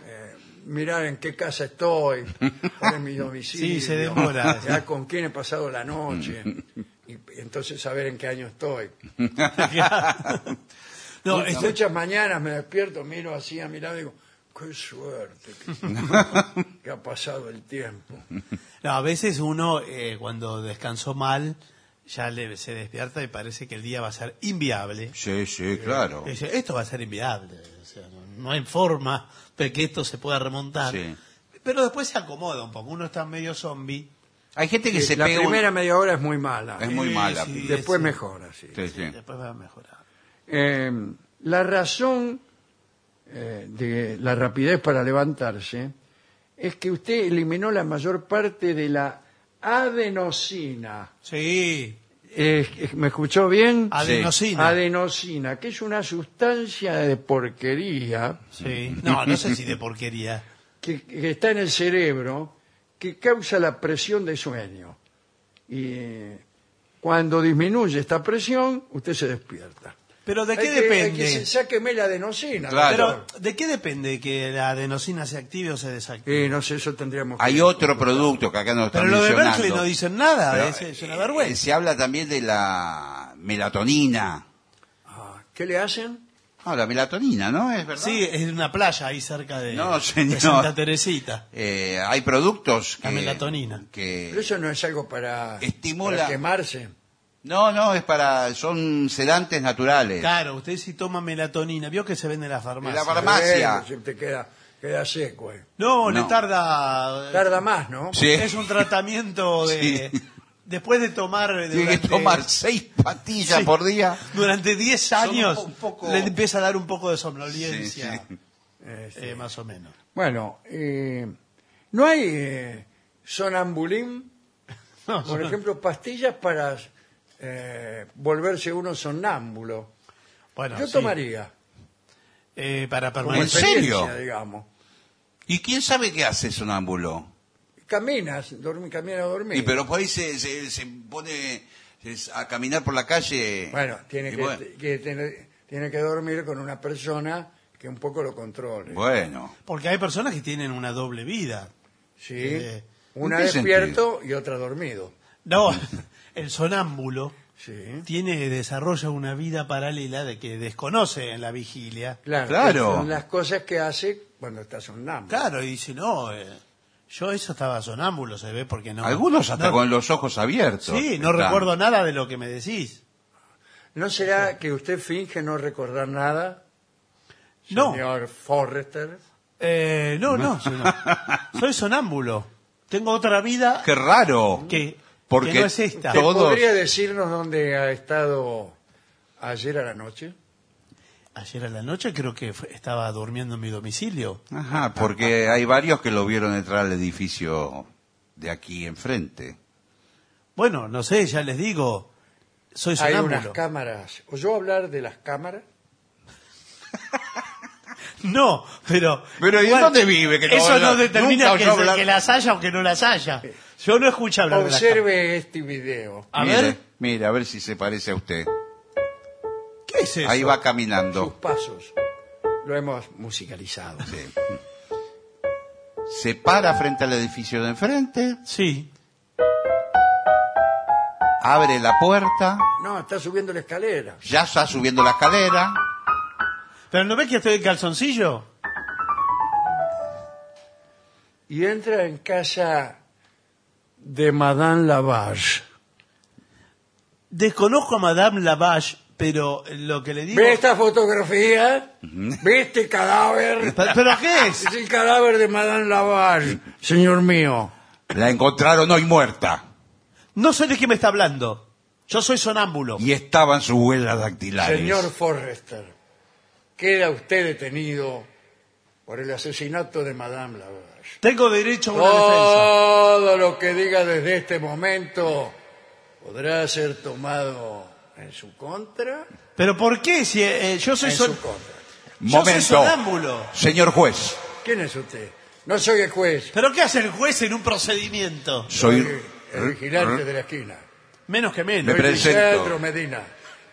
S1: mirar en qué casa estoy, cuál es mi domicilio,
S3: Sí, se demora.
S1: ya con quién he pasado la noche, y, y entonces saber en qué año estoy.
S3: No,
S1: Muchas-
S3: este-
S1: Muchas mañanas me despierto, miro así a mi lado y digo, qué suerte que,
S2: [laughs]
S1: que ha pasado el tiempo.
S3: no, a veces uno eh, cuando descansó mal ya le, se despierta y parece que el día va a ser inviable.
S2: Sí, sí, claro.
S3: Y dice, esto va a ser inviable. o sea, no, no hay forma de que esto se pueda remontar.
S2: Sí.
S3: Pero después se acomoda un poco. Uno está medio zombie.
S2: Hay gente que se
S1: Eh, la
S2: pega un-
S1: primera media hora es muy mala,
S2: Es muy
S3: Sí,
S2: mala.
S3: sí.
S1: después
S3: sí.
S1: mejora. sí.
S2: Sí, sí.
S3: Después va a mejorar.
S1: Eh, la razón eh, de la rapidez para levantarse es que usted eliminó la mayor parte de la adenosina.
S3: Sí.
S1: Eh, eh, ¿Me escuchó bien?
S3: Adenosina.
S1: Adenosina, que es una sustancia de porquería
S3: Sí. No, no sé si de porquería.
S1: que, que está en el cerebro que causa la presión de sueño. Y eh, cuando disminuye esta presión, usted se despierta.
S3: Pero ¿de qué
S1: Hay que- hay
S3: depende?
S1: que se- sáqueme la adenosina.
S2: Claro.
S1: doctor.
S3: Pero, ¿de qué depende que la adenosina se active o se desactive?
S1: Eh, no sé, eso tendríamos que-
S2: Hay otro producto que acá no está
S3: Pero lo de
S2: mencionando.
S3: Berkeley no dicen nada,
S2: Pero,
S3: es, es una
S2: eh,
S3: vergüenza.
S2: Se habla también de la melatonina.
S1: Ah, ¿Qué le hacen?
S2: No, la melatonina, ¿no? Es verdad.
S3: Sí, es una playa ahí cerca de,
S2: No, señor.
S3: de Santa Teresita.
S2: Eh, hay productos que,
S3: La melatonina.
S2: que-
S1: Pero eso no es algo para,
S2: Eh, Estimula-
S1: para quemarse.
S2: no, no, es para, son sedantes naturales.
S3: Claro, usted si toma melatonina, vio que se vende en la farmacia.
S2: En la farma- Farmacia.
S1: Eh, se te queda, queda seco. eh.
S3: No,
S2: No.
S3: le tarda... eh,
S1: Tarda más, ¿no?
S2: Sí.
S3: Es un tratamiento de...
S2: Sí.
S3: Después de tomar...
S2: [laughs]
S3: eh,
S2: Tiene que
S3: durante-
S2: tomar seis patillas
S3: Sí.
S2: por día.
S3: Durante 10 años
S2: un poco-
S3: le empieza a dar un poco de somnolencia,
S2: Sí, sí.
S1: Eh, sí.
S3: eh, más o menos.
S1: Bueno, eh, ¿no hay eh, sonambulín?
S3: No, [laughs]
S1: Por ejemplo, pastillas para eh, volverse uno sonámbulo.
S3: bueno,
S1: Yo
S3: sí.
S1: tomaría.
S3: Eh, para
S1: como
S2: ¿En
S3: permanecer.
S1: experiencia,
S2: serio?
S1: digamos.
S2: ¿Y quién sabe qué hace sonámbulo?
S1: Caminas, dormi, camina a dormir.
S2: Y pero por ahí se, se- se pone se- a caminar por la calle.
S1: Bueno, tiene
S2: Y
S1: que,
S2: bueno,
S1: que tener- tiene que dormir con una persona que un poco lo controle.
S2: bueno.
S3: Porque hay personas que tienen una doble vida.
S1: ¿sí?
S3: Eh,
S1: una
S2: ¿en qué
S1: despierto y otra dormido.
S3: No, [laughs] el sonámbulo
S1: Sí.
S3: tiene desarrolla una vida paralela de que desconoce en la vigilia.
S1: Claro,
S2: Claro.
S1: Son las cosas que hace cuando está sonámbulo.
S3: Claro, y dice, no, eh, yo eso estaba sonámbulo, se ve, porque no...
S2: Algunos hasta
S3: no-
S2: con los ojos abiertos.
S3: Sí, no
S2: están.
S3: recuerdo nada de lo que me decís.
S1: ¿No será que usted finge no recordar nada,
S3: No,
S1: señor Forrester?
S3: eh, no, no, yo no. soy sonámbulo. Tengo otra vida
S2: Qué raro.
S3: que,
S2: Porque
S3: que no es esta.
S2: todo- Todos.
S1: ¿Podría decirnos dónde ha estado ayer a la noche?
S3: Ayer a la noche creo que fue- estaba durmiendo en mi domicilio.
S2: Ajá, porque hay varios que lo vieron entrar al edificio de aquí enfrente.
S3: Bueno, no sé, ya les digo, soy
S1: Hay unas
S3: sonámbulo.
S1: cámaras. ¿Oyó hablar de las cámaras?
S3: No, pero.
S2: Pero, ¿y en dónde vive que no
S3: eso
S2: habla?
S3: no determina
S2: Nunca
S3: que,
S2: oyó hablar.
S3: que las haya o que no las haya. Yo no escucho hablar de las
S1: Observe este video.
S3: A
S2: mire,
S3: ver.
S2: mire, a ver si se parece a usted.
S3: cámaras. ¿Qué es eso?
S2: Ahí va
S1: Sus
S2: caminando.
S1: pasos. Lo hemos musicalizado.
S2: Sí. Se para frente al edificio de enfrente,
S3: Sí.
S2: abre la puerta,
S1: No, está subiendo la escalera.
S2: ya está subiendo la escalera.
S3: Pero ¿no ves que estoy en calzoncillo?
S1: Y entra en casa de Madame Lavage.
S3: Desconozco a Madame Lavage, pero lo que le digo.
S1: ¿Ve esta fotografía? ¿Ve este
S3: [laughs]
S1: cadáver?
S3: Pa- ¿Pero qué es?
S1: Es el cadáver de Madame Lavage, señor mío.
S2: La encontraron hoy muerta.
S3: No sé de qué me está hablando. Yo soy sonámbulo.
S2: Y estaban sus huellas dactilares.
S1: Señor Forrester, queda usted detenido por el asesinato de Madame Lavage.
S3: Tengo derecho a una
S2: Oh.
S3: defensa.
S1: Todo lo que diga desde este momento podrá ser tomado en su contra.
S3: ¿Pero por qué? Si eh, yo soy
S1: En su
S3: son-
S1: contra.
S3: Yo soy
S2: Momento.
S3: sonámbulo.
S2: Señor juez,
S1: ¿Quién es usted? No soy el juez,
S3: ¿Pero qué hace el juez en un procedimiento?
S2: soy...
S1: el vigilante de la esquina.
S3: Menos que menos.
S2: Me
S1: Soy
S2: presento.
S1: Lisandro Medina,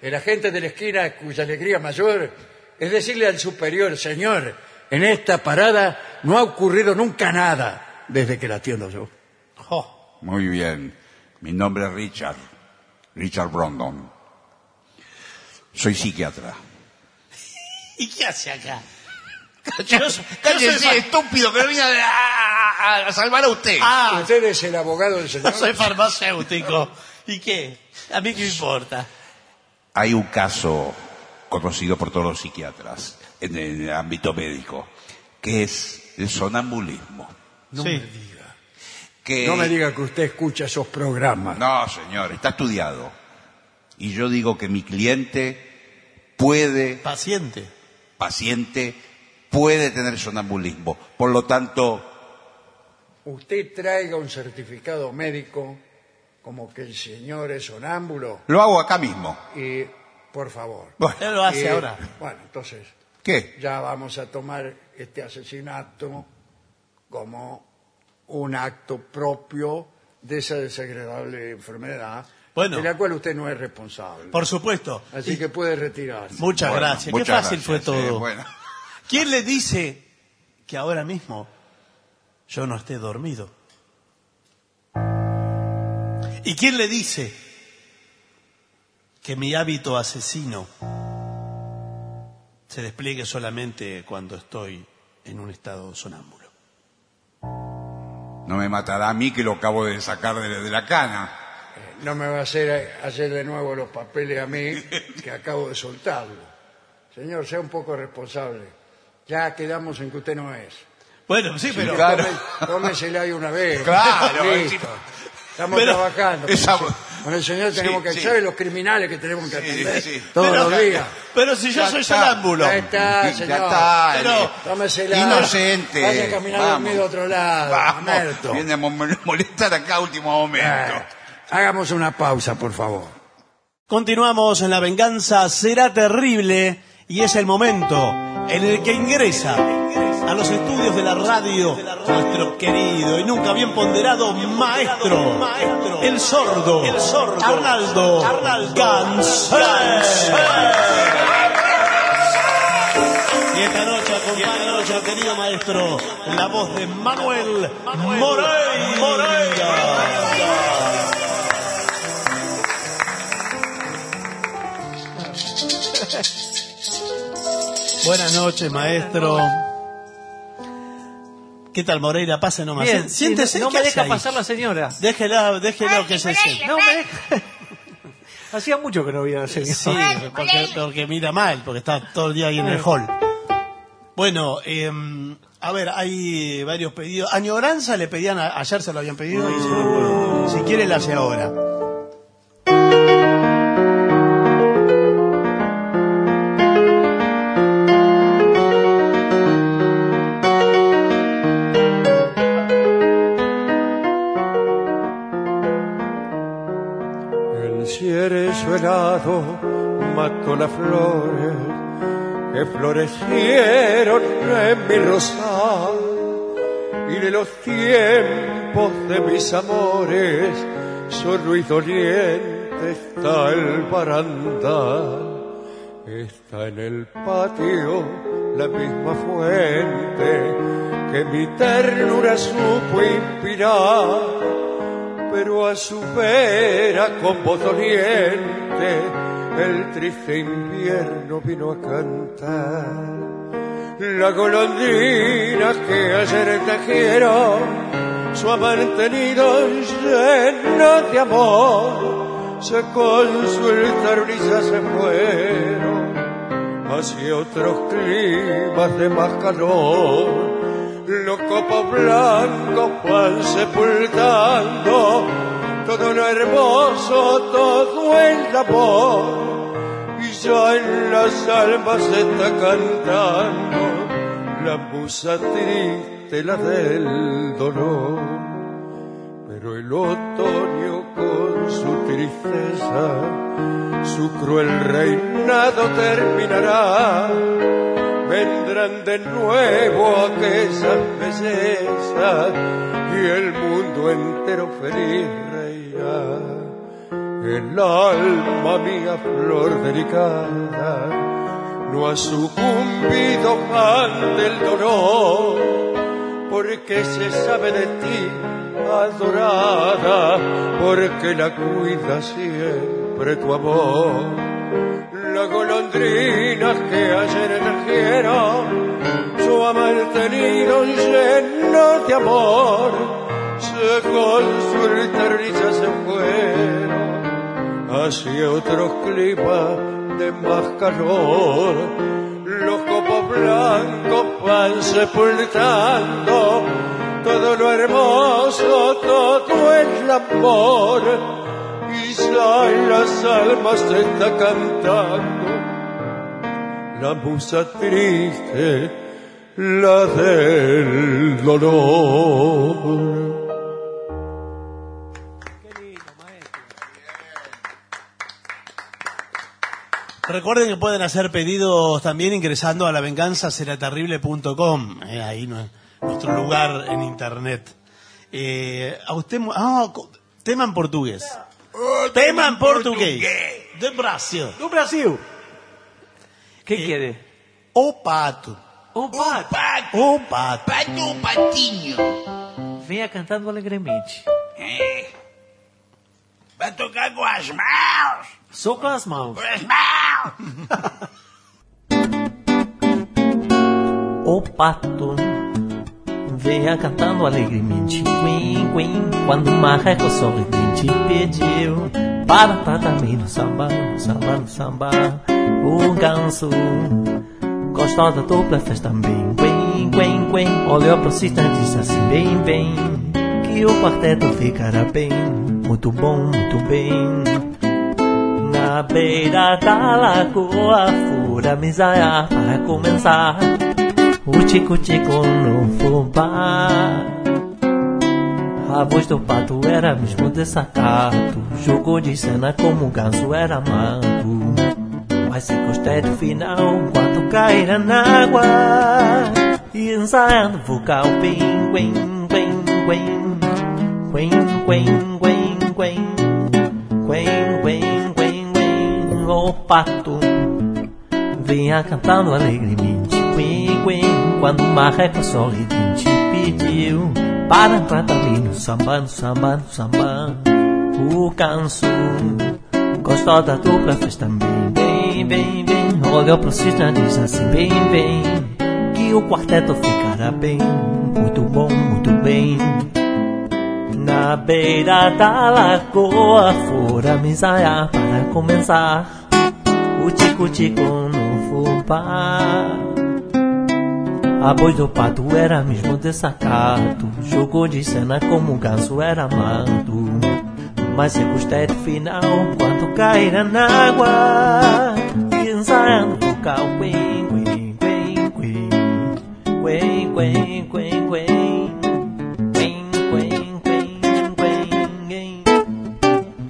S1: el agente de la esquina cuya alegría mayor es decirle al superior, señor, en esta parada no ha ocurrido nunca nada desde que la atiendo yo.
S3: Jo.
S2: Muy bien. Mi nombre es Richard. Richard Brondon. Soy psiquiatra.
S3: ¿Y qué hace acá? [laughs]
S2: Cállese,
S3: yo soy-
S2: estúpido, que no vine a, a- a salvar a usted.
S3: Ah,
S1: Usted es el abogado del
S3: yo
S1: señor.
S3: [laughs] soy farmacéutico. ¿Y qué? A mí qué me importa.
S2: Hay un caso conocido por todos los psiquiatras en el ámbito médico, que es el sonambulismo.
S1: No
S3: Sí.
S1: me diga.
S2: Que
S1: No me diga que usted escucha esos programas.
S2: No, señor, está estudiado. Y yo digo que mi cliente puede,
S3: Paciente.
S2: paciente, puede tener sonambulismo. Por lo tanto,
S1: Usted traiga un certificado médico como que el señor es sonámbulo
S2: Lo hago acá mismo.
S1: y por favor.
S3: Él
S2: Bueno,
S3: lo hace
S1: Eh,
S3: ahora.
S1: Bueno, entonces
S2: ¿qué?
S1: ya vamos a tomar este asesinato como un acto propio de esa desagradable enfermedad
S3: Bueno.
S1: de la cual usted no es responsable.
S3: Por supuesto.
S1: Así
S3: Y-
S1: que puede retirarse.
S3: Muchas
S2: Bueno,
S3: gracias. Qué
S2: muchas
S3: fácil
S2: gracias,
S3: fue
S2: eh,
S3: todo.
S2: bueno.
S3: ¿Quién le dice que ahora mismo yo no esté dormido? ¿Y quién le dice que mi hábito asesino se despliegue solamente cuando estoy en un estado sonámbulo?
S2: No me matará a mí que lo acabo de sacar de, de la cana.
S1: No me va a hacer hacer de nuevo los papeles a mí que acabo de soltarlo. Señor, sea un poco responsable. Ya quedamos en que usted no es.
S3: Bueno, sí, pero...
S2: claro.
S1: Tome- Tómesela ahí una vez.
S2: Claro,
S1: Listo.
S2: encima.
S1: Estamos
S3: Pero-
S1: trabajando. Con,
S2: Esa-
S1: el se- con el señor tenemos
S2: Sí,
S1: que
S2: sí.
S1: echar y los criminales que tenemos que
S2: Sí,
S1: atender
S2: sí.
S1: todos
S3: pero-
S1: los días.
S3: Pero si yo
S2: Ya
S3: soy
S2: está.
S3: sonámbulo.
S1: Ya está,
S2: Ya
S1: señor.
S2: está,
S3: Pero-
S1: Tómesela.
S2: Inocente.
S1: Vaya a caminar
S2: Vamos.
S1: conmigo a otro lado. Mamerto.
S2: Vamos, viene a mo- [laughs] molestar acá a último momento.
S1: Eh, Hagamos una pausa, por favor.
S3: Continuamos en la venganza, será terrible y es el momento en el que ingresa a los estudios de la radio nuestro querido y nunca bien ponderado maestro, el sordo, el sordo Arnaldo, Ganser. Y esta noche acompaña nuestro querido maestro la voz de Manuel Moreira. Buenas noches, maestro. ¿Qué tal, Moreira? Pase nomás.
S5: Bien,
S3: siéntese.
S5: no
S3: ¿qué
S5: me
S3: hace
S5: deja
S3: ahí?
S5: pasar la señora.
S3: Déjela, déjela que se siente.
S5: No me deja. Hacía mucho que no veía a la señora.
S3: Sí, porque, porque mira mal, porque está todo el día ahí en el hall. Bueno, em, a ver, hay varios pedidos. Añoranza le pedían, a- ayer se lo habían pedido. y se lo devuelvo. si quiere, la hace ahora.
S6: El cierzo helado mató las flores que florecieron en mi rosal y de los tiempos de mis amores solo y doliente está el barandal. Está en el patio la misma fuente que mi ternura supo inspirar pero a su vera con voz doliente el triste invierno vino a cantar. La golondrina que ayer tejieron su mantenido lleno de amor se consultaron y ya se fueron hacia otros climas de más calor. Los copos blancos van sepultando todo lo hermoso, todo el amor. Y ya en las almas está cantando la musa triste, la del dolor. Pero el otoño con su tristeza, su cruel reinado terminará vendrán de nuevo aquellas bellezas y el mundo entero feliz reirá. El alma mía flor delicada no ha sucumbido ante el dolor, porque se sabe de ti adorada, porque la cuida siempre tu amor. La golondrina que ayer trajeron su mantenido lleno de amor, se consultaron y ya se fueron hacia otros climas de más calor. Los copos blancos van sepultando todo lo hermoso, todo el amor y ya en las almas se está cantando la musa triste, la del dolor.
S3: Recuerden que pueden hacer pedidos también ingresando a lavenganzaseraterrible.com. Eh, ahí no- nuestro lugar en internet. Eh, a usted. mu- ah, co- tema en portugués. tema en portugués. De Brasil. Eh,
S5: Do Brasil. ¿Qué quiere?
S3: O pato.
S5: O pato.
S3: O pato.
S2: Pato Patiño.
S5: Venha cantando alegremente.
S2: Eh, Va a tocar con las manos.
S5: Só com as mãos.
S2: Con las manos.
S5: O pato venha cantando alegremente. Quim, quim, quando o marreco sorridente pediu para tatamino samba, samba, samba. O ganso gostou da dupla fez também. Quim, quim, quim, olhou pro cista e disse assim: bem, bem, que o quarteto ficará bem. Muito bom, muito bem. Na beira da lagoa, fura a miséria para começar. O tico-tico no fubá. A voz do pato era mesmo desacato. Jogou de cena como o ganso era amado. Mas se gostei do final, quando cair na água. E ensaiando o vocal, bem, bem, bem, bem. Quen, quen, quen, quen. Quen, quen, quen, quen, o pato Vinha cantando alegremente Quen, quen, quando o marreco sorridente pediu Para tratamento, sambando, sambando, sambando O ganso gostou da dupla, fez também Bem, bem, bem, olhou pro cisne e disse assim Bem, bem, que o quarteto ficará bem Muito bom, muito bem na beira da lagoa fora me ensaiar para começar O tico-tico no fubá A voz do pato era mesmo desacato Jogou de cena como o ganso era amado Mas se gostei do final quando caíra na água E ensaiando o vocal Quen, quen, quen, quen Quen, quen, quen, quen Queen, queen, queen, queen, queen.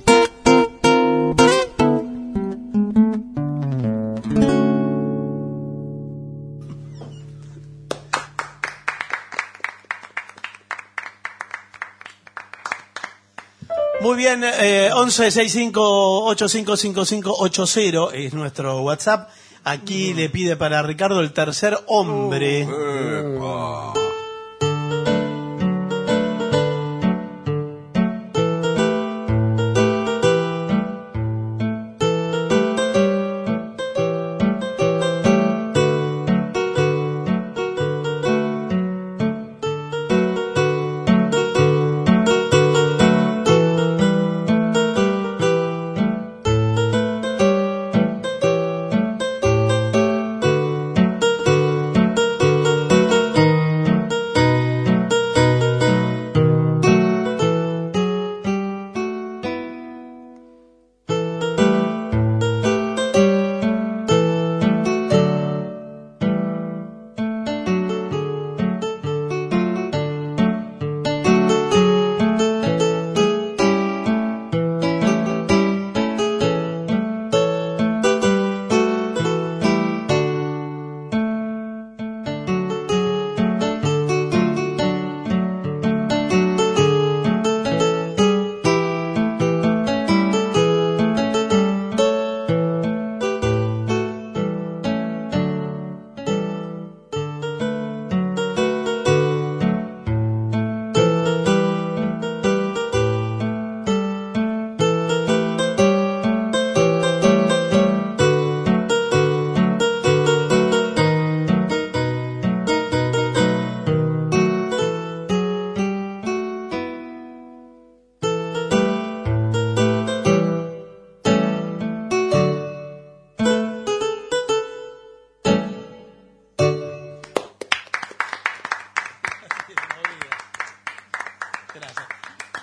S3: Muy bien, eh, 1165855580 es nuestro WhatsApp.
S5: Mm.
S3: Aquí le pide para Ricardo el tercer hombre.
S5: Uh.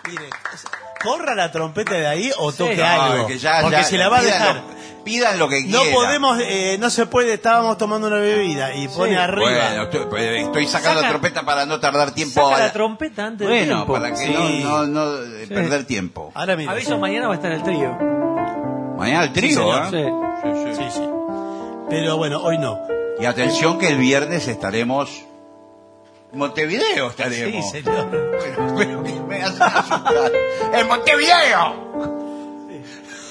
S3: Mire, corra la trompeta de ahí o toque
S5: Sí, no,
S3: algo.
S2: que ya-
S3: porque
S2: ya,
S3: se la va a
S2: pidan
S3: dejar.
S2: lo- pidan lo que
S3: No
S2: quieran.
S3: podemos, eh, no se puede, estábamos tomando una bebida y pone
S2: Bueno,
S3: arriba.
S2: estoy, pues, estoy sacando
S5: Saca-
S2: la trompeta para no tardar tiempo.
S5: Saca
S2: a
S5: la trompeta antes de
S2: bueno,
S5: tiempo.
S2: para que
S3: Sí. Ah,
S2: no, no, no, eh, perder tiempo.
S3: Ahora mira.
S5: Aviso, mañana va a estar el trío.
S2: Mañana el trío,
S3: señor.
S2: ¿eh?
S5: Sí.
S2: sí, sí.
S3: Sí, sí. Pero bueno, hoy no.
S2: Y atención que el viernes estaremos... en Montevideo
S3: Sí,
S2: estaremos.
S3: señor.
S2: Pero, pero que me hacen asustar. ¡En Montevideo!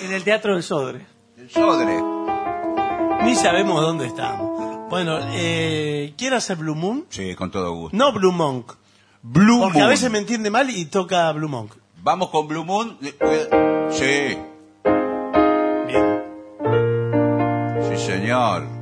S5: En el Teatro del Sodre.
S2: El Sodre.
S3: Ni sabemos dónde estamos. Bueno, eh, ¿quiere hacer Blue Moon?
S2: Sí, con todo gusto.
S3: No Blue Monk.
S2: Blue
S3: Porque a
S2: Moon.
S3: veces me entiende mal y toca Blue Monk.
S2: Vamos con Blue Moon. Eh, Sí,
S3: Bien.
S2: sí señor.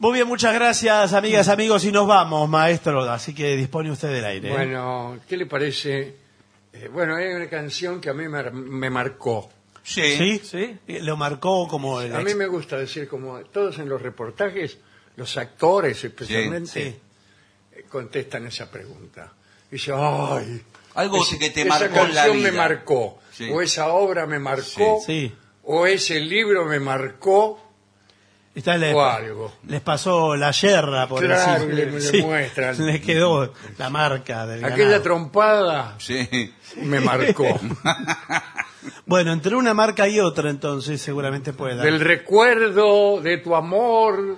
S3: Muy bien, muchas gracias,
S1: Mm.
S3: amigas, amigos, y nos vamos, maestro. Así que dispone usted del aire. ¿eh?
S1: Bueno, ¿qué le parece? Eh, bueno, hay una canción que a mí me, me marcó.
S2: Sí.
S3: ¿Sí? Eh, Lo marcó como el.
S1: A mí
S3: ex-
S1: me gusta decir, como todos en los reportajes, los actores especialmente
S3: Sí.
S1: eh, contestan esa pregunta. Dice, ay,
S2: Algo
S1: ese-
S2: que te
S1: esa
S2: marcó en la
S1: canción
S2: vida.
S1: me marcó,
S2: Sí.
S1: o esa obra me marcó,
S3: Sí.
S1: o ese libro me marcó,
S3: Está el-
S1: o algo.
S3: Les pasó la yerra, por
S1: Claro,
S3: decir.
S1: le- le
S3: [laughs]
S1: muestran.
S3: Les quedó la marca del
S1: Aquella
S3: ganado.
S1: trompada
S2: Sí. [laughs]
S1: me marcó.
S3: Bueno, entre una marca y otra, entonces, seguramente puede dar.
S1: Del recuerdo de tu amor,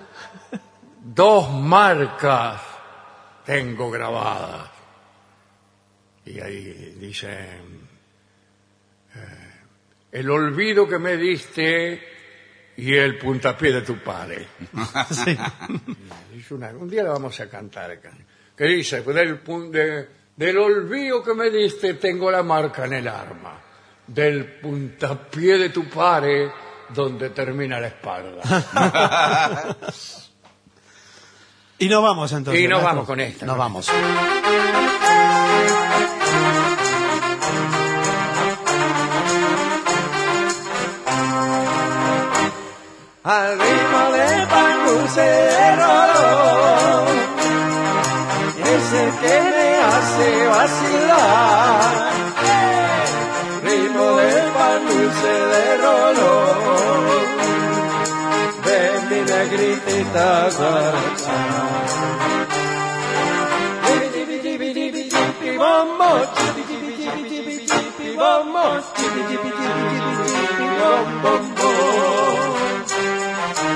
S1: dos marcas tengo grabadas. Y ahí dice, eh, el olvido que me diste y el puntapié de tu padre.
S3: [laughs] Sí.
S1: Es una- un día la vamos a cantar acá. Que dice, pues, del, pun- de- del olvido que me diste tengo la marca en el arma. Del puntapié de tu pare donde termina la espalda.
S3: Y nos vamos entonces.
S1: Y nos
S3: maestro.
S1: vamos con esta.
S3: Nos vamos.
S7: al ritmo de Pancusero. Ese que me hace vacilar, ritmo de pan dulce de rolo, ven mi negritita guaracha.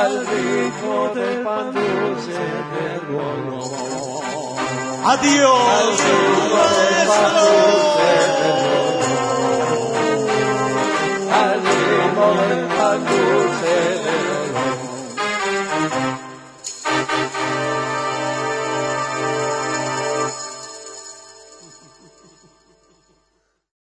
S7: Al ritmo del pan dulce del bono,
S3: Adiós.
S7: al ritmo del pan dulce del